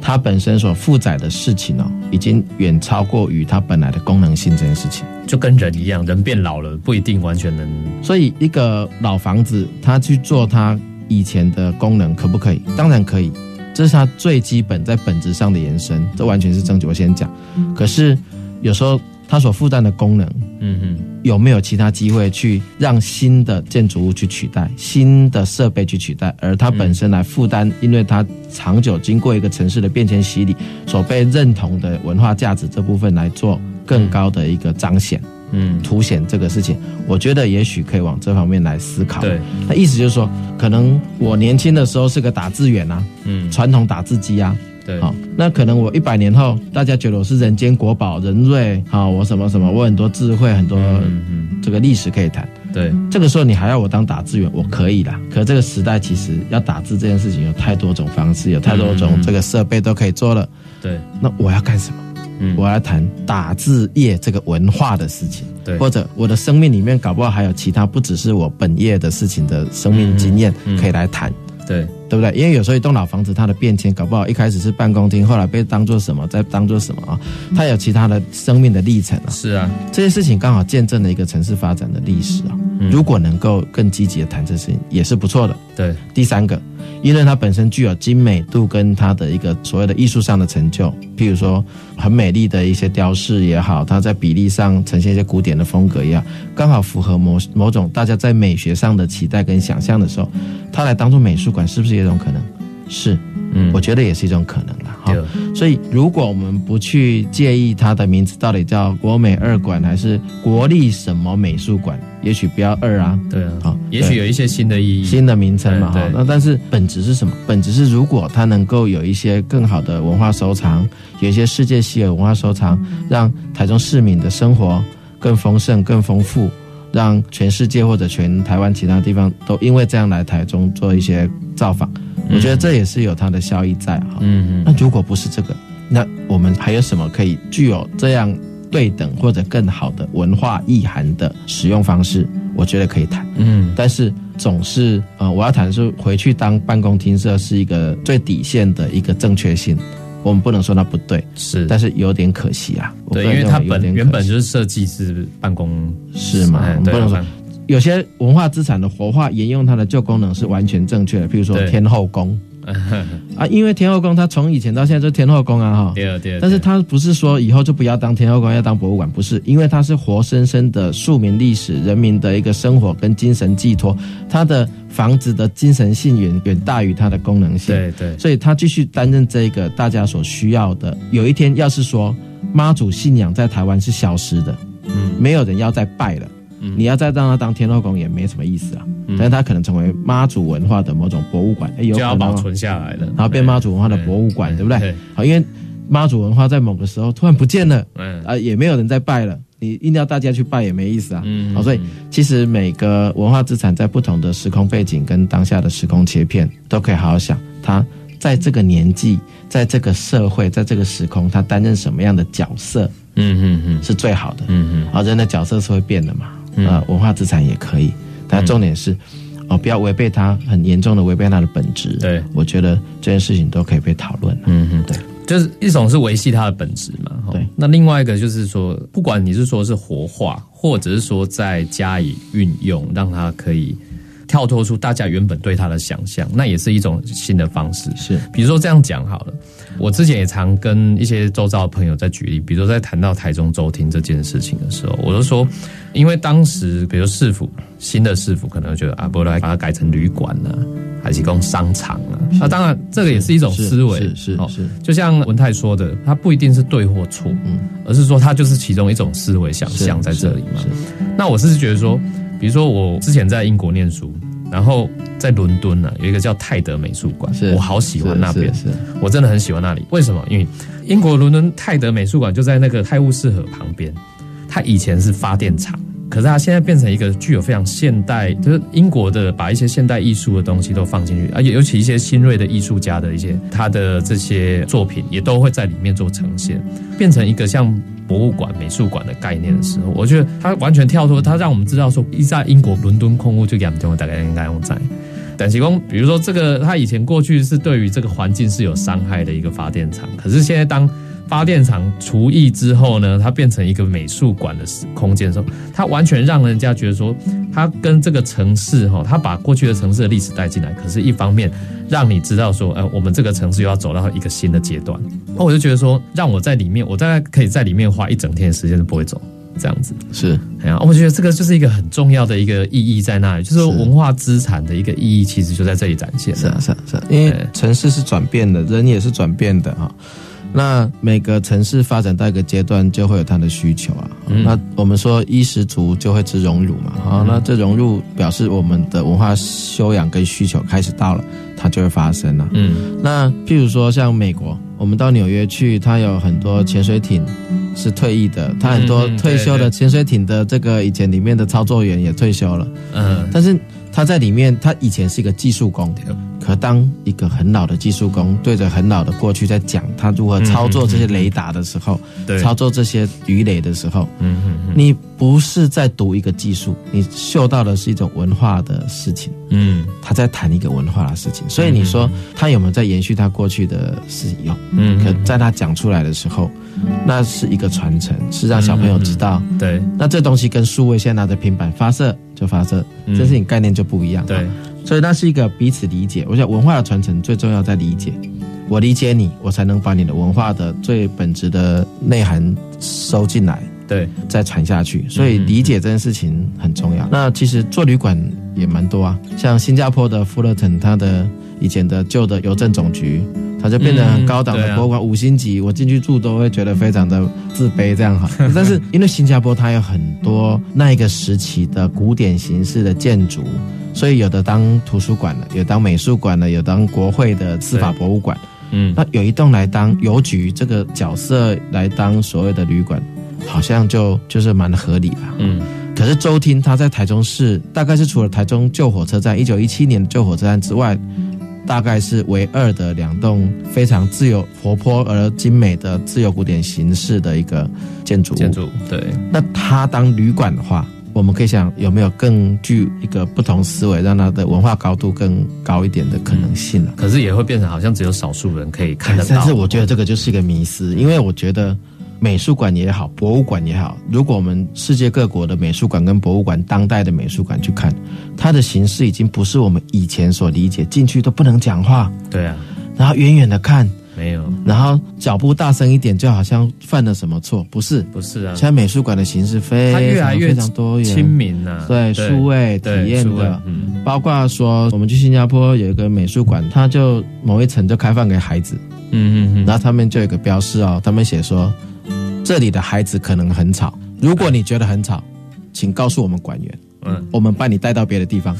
Speaker 3: 它本身所负载的事情哦，已经远超过于它本来的功能性这件事情。
Speaker 2: 就跟人一样，人变老了不一定完全能，
Speaker 3: 所以，一个老房子它去做它以前的功能，可不可以？当然可以，这是它最基本在本质上的延伸，这完全是正确。我先讲，可是有时候它所负担的功能。
Speaker 2: 嗯嗯，
Speaker 3: 有没有其他机会去让新的建筑物去取代、新的设备去取代，而它本身来负担，因为它长久经过一个城市的变迁洗礼，所被认同的文化价值这部分来做更高的一个彰显、
Speaker 2: 嗯，
Speaker 3: 凸显这个事情，我觉得也许可以往这方面来思考。
Speaker 2: 对，
Speaker 3: 那意思就是说，可能我年轻的时候是个打字员啊，
Speaker 2: 嗯，
Speaker 3: 传统打字机啊，
Speaker 2: 对，
Speaker 3: 好，那可能我一百年后，大家觉得我是人间国宝、人瑞，好，我什么什么，我很多智慧，很多
Speaker 2: 嗯嗯，
Speaker 3: 这个历史可以谈。
Speaker 2: 对，
Speaker 3: 这个时候你还要我当打字员，我可以啦。可这个时代其实要打字这件事情有太多种方式，有太多
Speaker 2: 嗯嗯
Speaker 3: 种
Speaker 2: 嗯
Speaker 3: 这个设备都可以做了。
Speaker 2: 对，
Speaker 3: 那我要干什么？
Speaker 2: 嗯，
Speaker 3: 我要谈打字业这个文化的事情，
Speaker 2: 对
Speaker 3: 或者我的生命里面搞不好还有其他不只是我本业的事情的生命经验
Speaker 2: 嗯嗯
Speaker 3: 可以来谈。
Speaker 2: 对，
Speaker 3: 对不对？因为有时候一栋老房子它的变迁，搞不好一开始是办公厅，后来被当做什么，再当做什么啊？它有其他的生命的历程啊。
Speaker 2: 是啊，
Speaker 3: 这些事情刚好见证了一个城市发展的历史啊。如果能够更积极的谈这事情，也是不错的。
Speaker 2: 对，
Speaker 3: 第三个，因为它本身具有精美度跟它的一个所谓的艺术上的成就，譬如说很美丽的一些雕饰也好，它在比例上呈现一些古典的风格也好，刚好符合某某种大家在美学上的期待跟想象的时候，它来当做美术馆是不是有一种可能？是，
Speaker 2: 嗯，啊
Speaker 3: 我觉得也是一种可能啦。哈
Speaker 2: 对，
Speaker 3: 所以，如果我们不去介意它的名字到底叫国美二馆还是国立什么美术馆，也许不要二啊，
Speaker 2: 对啊
Speaker 3: 好，
Speaker 2: 也许
Speaker 3: 对
Speaker 2: 有一些新的意义，
Speaker 3: 新的名称嘛
Speaker 2: 对
Speaker 3: 哈
Speaker 2: 对。
Speaker 3: 那但是本质是什么？本质是如果它能够有一些更好的文化收藏，有一些世界稀有文化收藏，让台中市民的生活更丰盛、更丰富。让全世界或者全台湾其他地方都因为这样来台中做一些造访，我觉得这也是有它的效益在哈。
Speaker 2: 嗯
Speaker 3: 那如果不是这个，那我们还有什么可以具有这样对等或者更好的文化意涵的使用方式？我觉得可以谈，
Speaker 2: 嗯
Speaker 3: 但是总是呃，我要谈是回去当办公厅舍是一个最底线的一个正确性，我们不能说它不对，
Speaker 2: 嗯，是，
Speaker 3: 但是有点可惜啊。我
Speaker 2: 对，
Speaker 3: 个
Speaker 2: 因
Speaker 3: 人
Speaker 2: 为它
Speaker 3: 认有
Speaker 2: 本
Speaker 3: 点
Speaker 2: 原
Speaker 3: 可
Speaker 2: 本
Speaker 3: 惜
Speaker 2: 就是设计是办公
Speaker 3: 是嘛
Speaker 2: 哎，
Speaker 3: 我们
Speaker 2: 对
Speaker 3: 不能说
Speaker 2: 办
Speaker 3: 有些文化资产的活化沿用它的旧功能是完全正确的，譬如说
Speaker 2: 对
Speaker 3: 天后 宫啊，因为天后宫它从以前到现在就是天后宫啊哈，
Speaker 2: 对对，
Speaker 3: 但是
Speaker 2: 对
Speaker 3: 他不是说以后就不要当天后宫，要当博物馆，不是，因为它是活生生的庶民历史、人民的一个生活跟精神寄托，它的房子的精神性远远大于它的功能性，
Speaker 2: 对对，
Speaker 3: 所以它继续担任这个大家所需要的。有一天，要是说妈祖信仰在台湾是消失的，
Speaker 2: 嗯
Speaker 3: 没有人要再拜了。
Speaker 2: 嗯
Speaker 3: 你要再让它当天后宫也没什么意思啊，
Speaker 2: 嗯
Speaker 3: 但是它可能成为妈祖文化的某种博物馆，哎有
Speaker 2: 就
Speaker 3: 可能
Speaker 2: 要
Speaker 3: 哦
Speaker 2: 保存下来了，
Speaker 3: 然后变妈祖文化的博物馆，
Speaker 2: 哎
Speaker 3: 对不对
Speaker 2: 对？
Speaker 3: 好，因为妈祖文化在某个时候突然不见了，
Speaker 2: 嗯
Speaker 3: 啊，也没有人在拜了，你硬要大家去拜也没意思啊。
Speaker 2: 嗯
Speaker 3: 好，所以其实每个文化资产在不同的时空背景跟当下的时空切片，都可以好好想它在这个年纪、在这个社会、在这个时空，它担任什么样的角色
Speaker 2: 嗯嗯嗯
Speaker 3: 是最好的。
Speaker 2: 嗯嗯，
Speaker 3: 啊，人的角色是会变的嘛，
Speaker 2: 嗯
Speaker 3: 啊，文化资产也可以，但重点是，哦，不要违背它，很严重的违背它的本质。
Speaker 2: 对
Speaker 3: 我觉得这件事情都可以被讨论了。
Speaker 2: 嗯嗯，
Speaker 3: 对，
Speaker 2: 就是一种是维系它的本质嘛，齁
Speaker 3: 对。
Speaker 2: 那另外一个就是说，不管你是说是活化，或者是说再加以运用，让它可以跳脱出大家原本对它的想象，那也是一种新的方式。
Speaker 3: 是，
Speaker 2: 比如说这样讲好了，我之前也常跟一些周遭的朋友在举例，比如说在谈到台中周厅这件事情的时候，我就说，因为当时比如市府新的市府可能觉得啊，不来把它改成旅馆啊，还是供商场啊，那、当然这个也是一种
Speaker 3: 是
Speaker 2: 思维，
Speaker 3: 是是
Speaker 2: 哦
Speaker 3: 是
Speaker 2: 就像文泰说的，它不一定是对或错，
Speaker 3: 嗯
Speaker 2: 而是说它就是其中一种思维想
Speaker 3: 是
Speaker 2: 象在这里嘛
Speaker 3: 是。是
Speaker 2: 那我是觉得说，比如说我之前在英国念书，然后在伦啊敦呢、有一个叫泰德美术馆
Speaker 3: 是，
Speaker 2: 我好喜欢
Speaker 3: 是
Speaker 2: 那边，
Speaker 3: 是是
Speaker 2: 我真的很喜欢那里。为什么？因为英国伦敦泰德美术馆就在那个泰晤士河旁边，它以前是发电厂，可是它现在变成一个具有非常现代，就是英国的把一些现代艺术的东西都放进去，而且尤其一些新锐的艺术家的一些他的这些作品也都会在里面做呈现，变成一个像。博物馆、美术馆的概念的时候，我觉得它完全跳脱，它让我们知道说，一在英国伦敦空屋就严重，大概应该用在。短期工，比如说这个，它以前过去是对于这个环境是有伤害的一个发电厂，可是现在当发电厂除役之后呢，它变成一个美术馆的空间的时候，它完全让人家觉得说，它跟这个城市哈，它把过去的城市的历史带进来，可是一方面让你知道说，呃，我们这个城市又要走到一个新的阶段，那我就觉得说，让我在里面，我大概可以在里面花一整天的时间都不会走，这样子。
Speaker 3: 是
Speaker 2: 哎呀，我觉得这个就是一个很重要的一个意义在那里，就是文化资产的一个意义，其实就在这里展现。
Speaker 3: 是啊，是啊，是啊，因为
Speaker 2: 对
Speaker 3: 城市是转变的，人也是转变的哈、那每个城市发展到一个阶段，就会有它的需求啊。
Speaker 2: 嗯
Speaker 3: 那我们说衣食足就会知荣辱嘛。啊、那这荣辱表示我们的文化修养跟需求开始到了，它就会发生了、
Speaker 2: 嗯
Speaker 3: 那譬如说像美国，我们到纽约去，它有很多潜水艇是退役的，它很多
Speaker 2: 嗯嗯
Speaker 3: 退休
Speaker 2: 对
Speaker 3: 的
Speaker 2: 对
Speaker 3: 潜水艇的这个以前里面的操作员也退休了，
Speaker 2: 嗯，
Speaker 3: 但是他在里面，他以前是一个技术工，可当一个很老的技术工对着很老的过去在讲他如何操作这些雷达的时候，
Speaker 2: 对，
Speaker 3: 操作这些鱼雷的时候，
Speaker 2: 嗯嗯
Speaker 3: 你不是在读一个技术，你嗅到的是一种文化的事情。
Speaker 2: 嗯
Speaker 3: 他在谈一个文化的事情，所以你说他有没有在延续他过去的事情？有，
Speaker 2: 嗯
Speaker 3: 可在他讲出来的时候，那是一个传承，是让小朋友知道，
Speaker 2: 嗯对
Speaker 3: 那这东西跟数位现在拿着平板发射就发射，
Speaker 2: 嗯
Speaker 3: 这事情概念就不一样。
Speaker 2: 对，
Speaker 3: 所以那是一个彼此理解。我想文化的传承最重要在理解，我理解你，我才能把你的文化的最本质的内涵收进来，
Speaker 2: 对
Speaker 3: 再传下去。所以理解这件事情很重
Speaker 2: 嗯
Speaker 3: 要。那其实做旅馆也蛮多啊，像新加坡的富勒腾，它的以前的旧的邮政总局。它就变得很高档
Speaker 2: 嗯对
Speaker 3: 的
Speaker 2: 啊
Speaker 3: 博物馆，五星级，我进去住都会觉得非常的自卑，这 样哈。但是因为新加坡它有很多那一个时期的古典形式的建筑，所以有的当图书馆的，有当美术馆的，有当国会的司法博物馆。
Speaker 2: 嗯
Speaker 3: 那有一栋来当邮局这个角色来当所谓的旅馆，好像就就是蛮合理吧。
Speaker 2: 嗯
Speaker 3: 可是周厅它在台中市，大概是除了台中旧火车站一九一七年的旧火车站之外，大概是唯二的两栋非常自由、活泼而精美的自由古典形式的一个建筑物。
Speaker 2: 建筑对
Speaker 3: 那它当旅馆的话，我们可以想有没有更具一个不同思维，让它的文化高度更高一点的可能性呢、
Speaker 2: 可是也会变成好像只有少数人可以看得到。
Speaker 3: 但是我觉得这个就是一个迷思，因为我觉得美术馆也好，博物馆也好，如果我们世界各国的美术馆跟博物馆，当代的美术馆去看，它的形式已经不是我们以前所理解，进去都不能讲话，
Speaker 2: 对啊，
Speaker 3: 然后远远的看，
Speaker 2: 没有
Speaker 3: 然后脚步大声一点，就好像犯了什么错，不是？
Speaker 2: 不是啊
Speaker 3: 现，在美术馆的形式非
Speaker 2: 它
Speaker 3: 常
Speaker 2: 越来越
Speaker 3: 非常多元，
Speaker 2: 亲民啊，
Speaker 3: 对数位体
Speaker 2: 对
Speaker 3: 验
Speaker 2: 数位
Speaker 3: 的，
Speaker 2: 嗯
Speaker 3: 包括说我们去新加坡有一个美术馆，它就某一层就开放给孩子，
Speaker 2: 嗯嗯嗯，
Speaker 3: 然后他们就有一个标示哦，他们写说这里的孩子可能很吵，如果你觉得很吵，请告诉我们馆员，
Speaker 2: 嗯，
Speaker 3: 我们把你带到别的地方。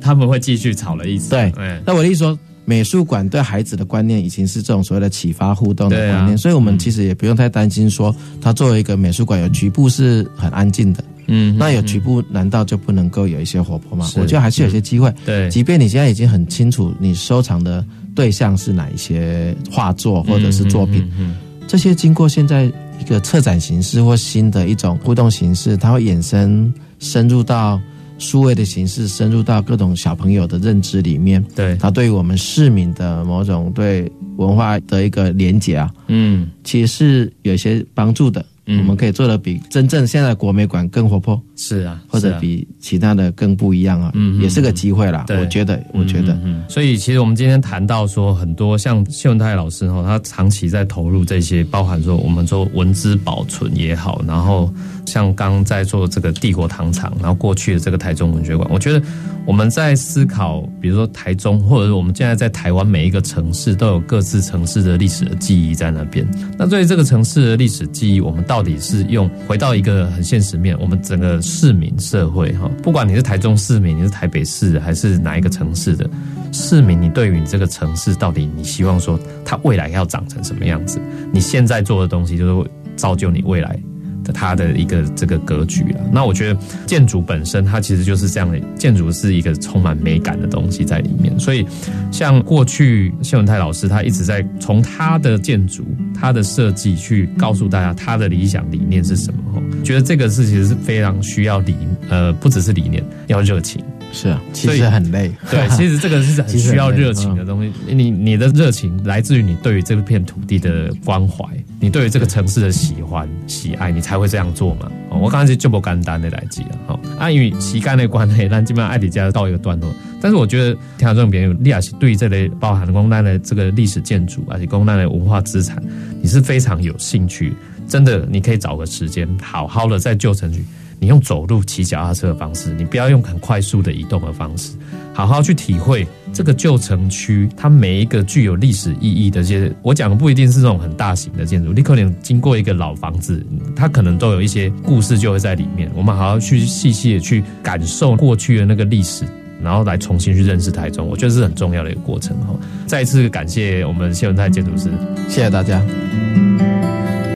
Speaker 2: 他们会继续吵的意思。
Speaker 3: 对
Speaker 2: 哎
Speaker 3: 那我的意思说。美术馆对孩子的观念已经是这种所谓的启发互动的
Speaker 2: 对啊
Speaker 3: 观念，所以我们其实也不用太担心说，它作为一个美术馆有局部是很安静的，
Speaker 2: 嗯，
Speaker 3: 那有
Speaker 2: 嗯
Speaker 3: 局部难道就不能够有一些活泼吗？
Speaker 2: 是
Speaker 3: 我觉得还是有些机会。
Speaker 2: 对
Speaker 3: 即便你现在已经很清楚你收藏的对象是哪一些画作或者是作品，
Speaker 2: 嗯嗯嗯嗯
Speaker 3: 这些经过现在一个策展形式或新的一种互动形式，它会衍生深入到数位的形式，深入到各种小朋友的认知里面。
Speaker 2: 对，
Speaker 3: 它对于我们市民的某种对文化的一个连结啊，
Speaker 2: 嗯
Speaker 3: 其实是有一些帮助的。
Speaker 2: 嗯
Speaker 3: 我们可以做的比真正现在的国美馆更活泼，
Speaker 2: 是啊，
Speaker 3: 或
Speaker 2: 是
Speaker 3: 者
Speaker 2: 啊
Speaker 3: 比其他的更不一样啊，
Speaker 2: 嗯嗯
Speaker 3: 也是个机会啦。
Speaker 2: 对
Speaker 3: 我觉得，我觉得，
Speaker 2: 嗯，嗯所以其实我们今天谈到说，很多像谢文泰老师哈，他长期在投入这些，包含说我们说文资保存也好，然后像刚在做这个帝国糖厂，然后过去的这个台中文学馆，我觉得我们在思考，比如说台中，或者是我们现在在台湾每一个城市都有各自城市的历史的记忆在那边。那对于这个城市的历史记忆，我们到到底是用回到一个很现实面，我们整个市民社会哈，不管你是台中市民，你是台北市还是哪一个城市的市民，你对于你这个城市到底你希望说它未来要长成什么样子？你现在做的东西就是会造就你未来的它的一个这个格局了。那我觉得建筑本身它其实就是这样的，建筑是一个充满美感的东西在里面。所以像过去谢文泰老师他一直在从他的建筑、他的设计去告诉大家他的理想理念是什么。哦觉得这个事情是非常需要理呃，不只是理念，要热情。
Speaker 3: 是啊，其
Speaker 2: 所以
Speaker 3: 实很累。
Speaker 2: 对，其实这个是很
Speaker 3: 其实很嗯
Speaker 2: 需要
Speaker 3: 累
Speaker 2: 热情的东西。你你的热情来自于你对于这片土地的关怀，你对于这个城市的喜欢、喜爱，你才会这样做嘛。哦、我刚开始就不简单的来记了。好、啊，因为时间的关系，咱基本上爱迪加到一个段落。但是我觉得听众朋友，你也是对这类包含公咱的这个历史建筑，而且公咱的文化资产，你是非常有兴趣。真的，你可以找个时间，好好的在旧城区，你用走路、骑脚踏车的方式，你不要用很快速的移动的方式，好好去体会这个旧城区它每一个具有历史意义的这些。我讲的不一定是那种很大型的建筑，你可能经过一个老房子，它可能都有一些故事就会在里面。我们好好去细细的去感受过去的那个历史。然后来重新去认识台中，我觉哦得是很重要的一个过程哈。再次感谢我们谢文泰建筑师，
Speaker 3: 谢谢大家。
Speaker 2: 谢谢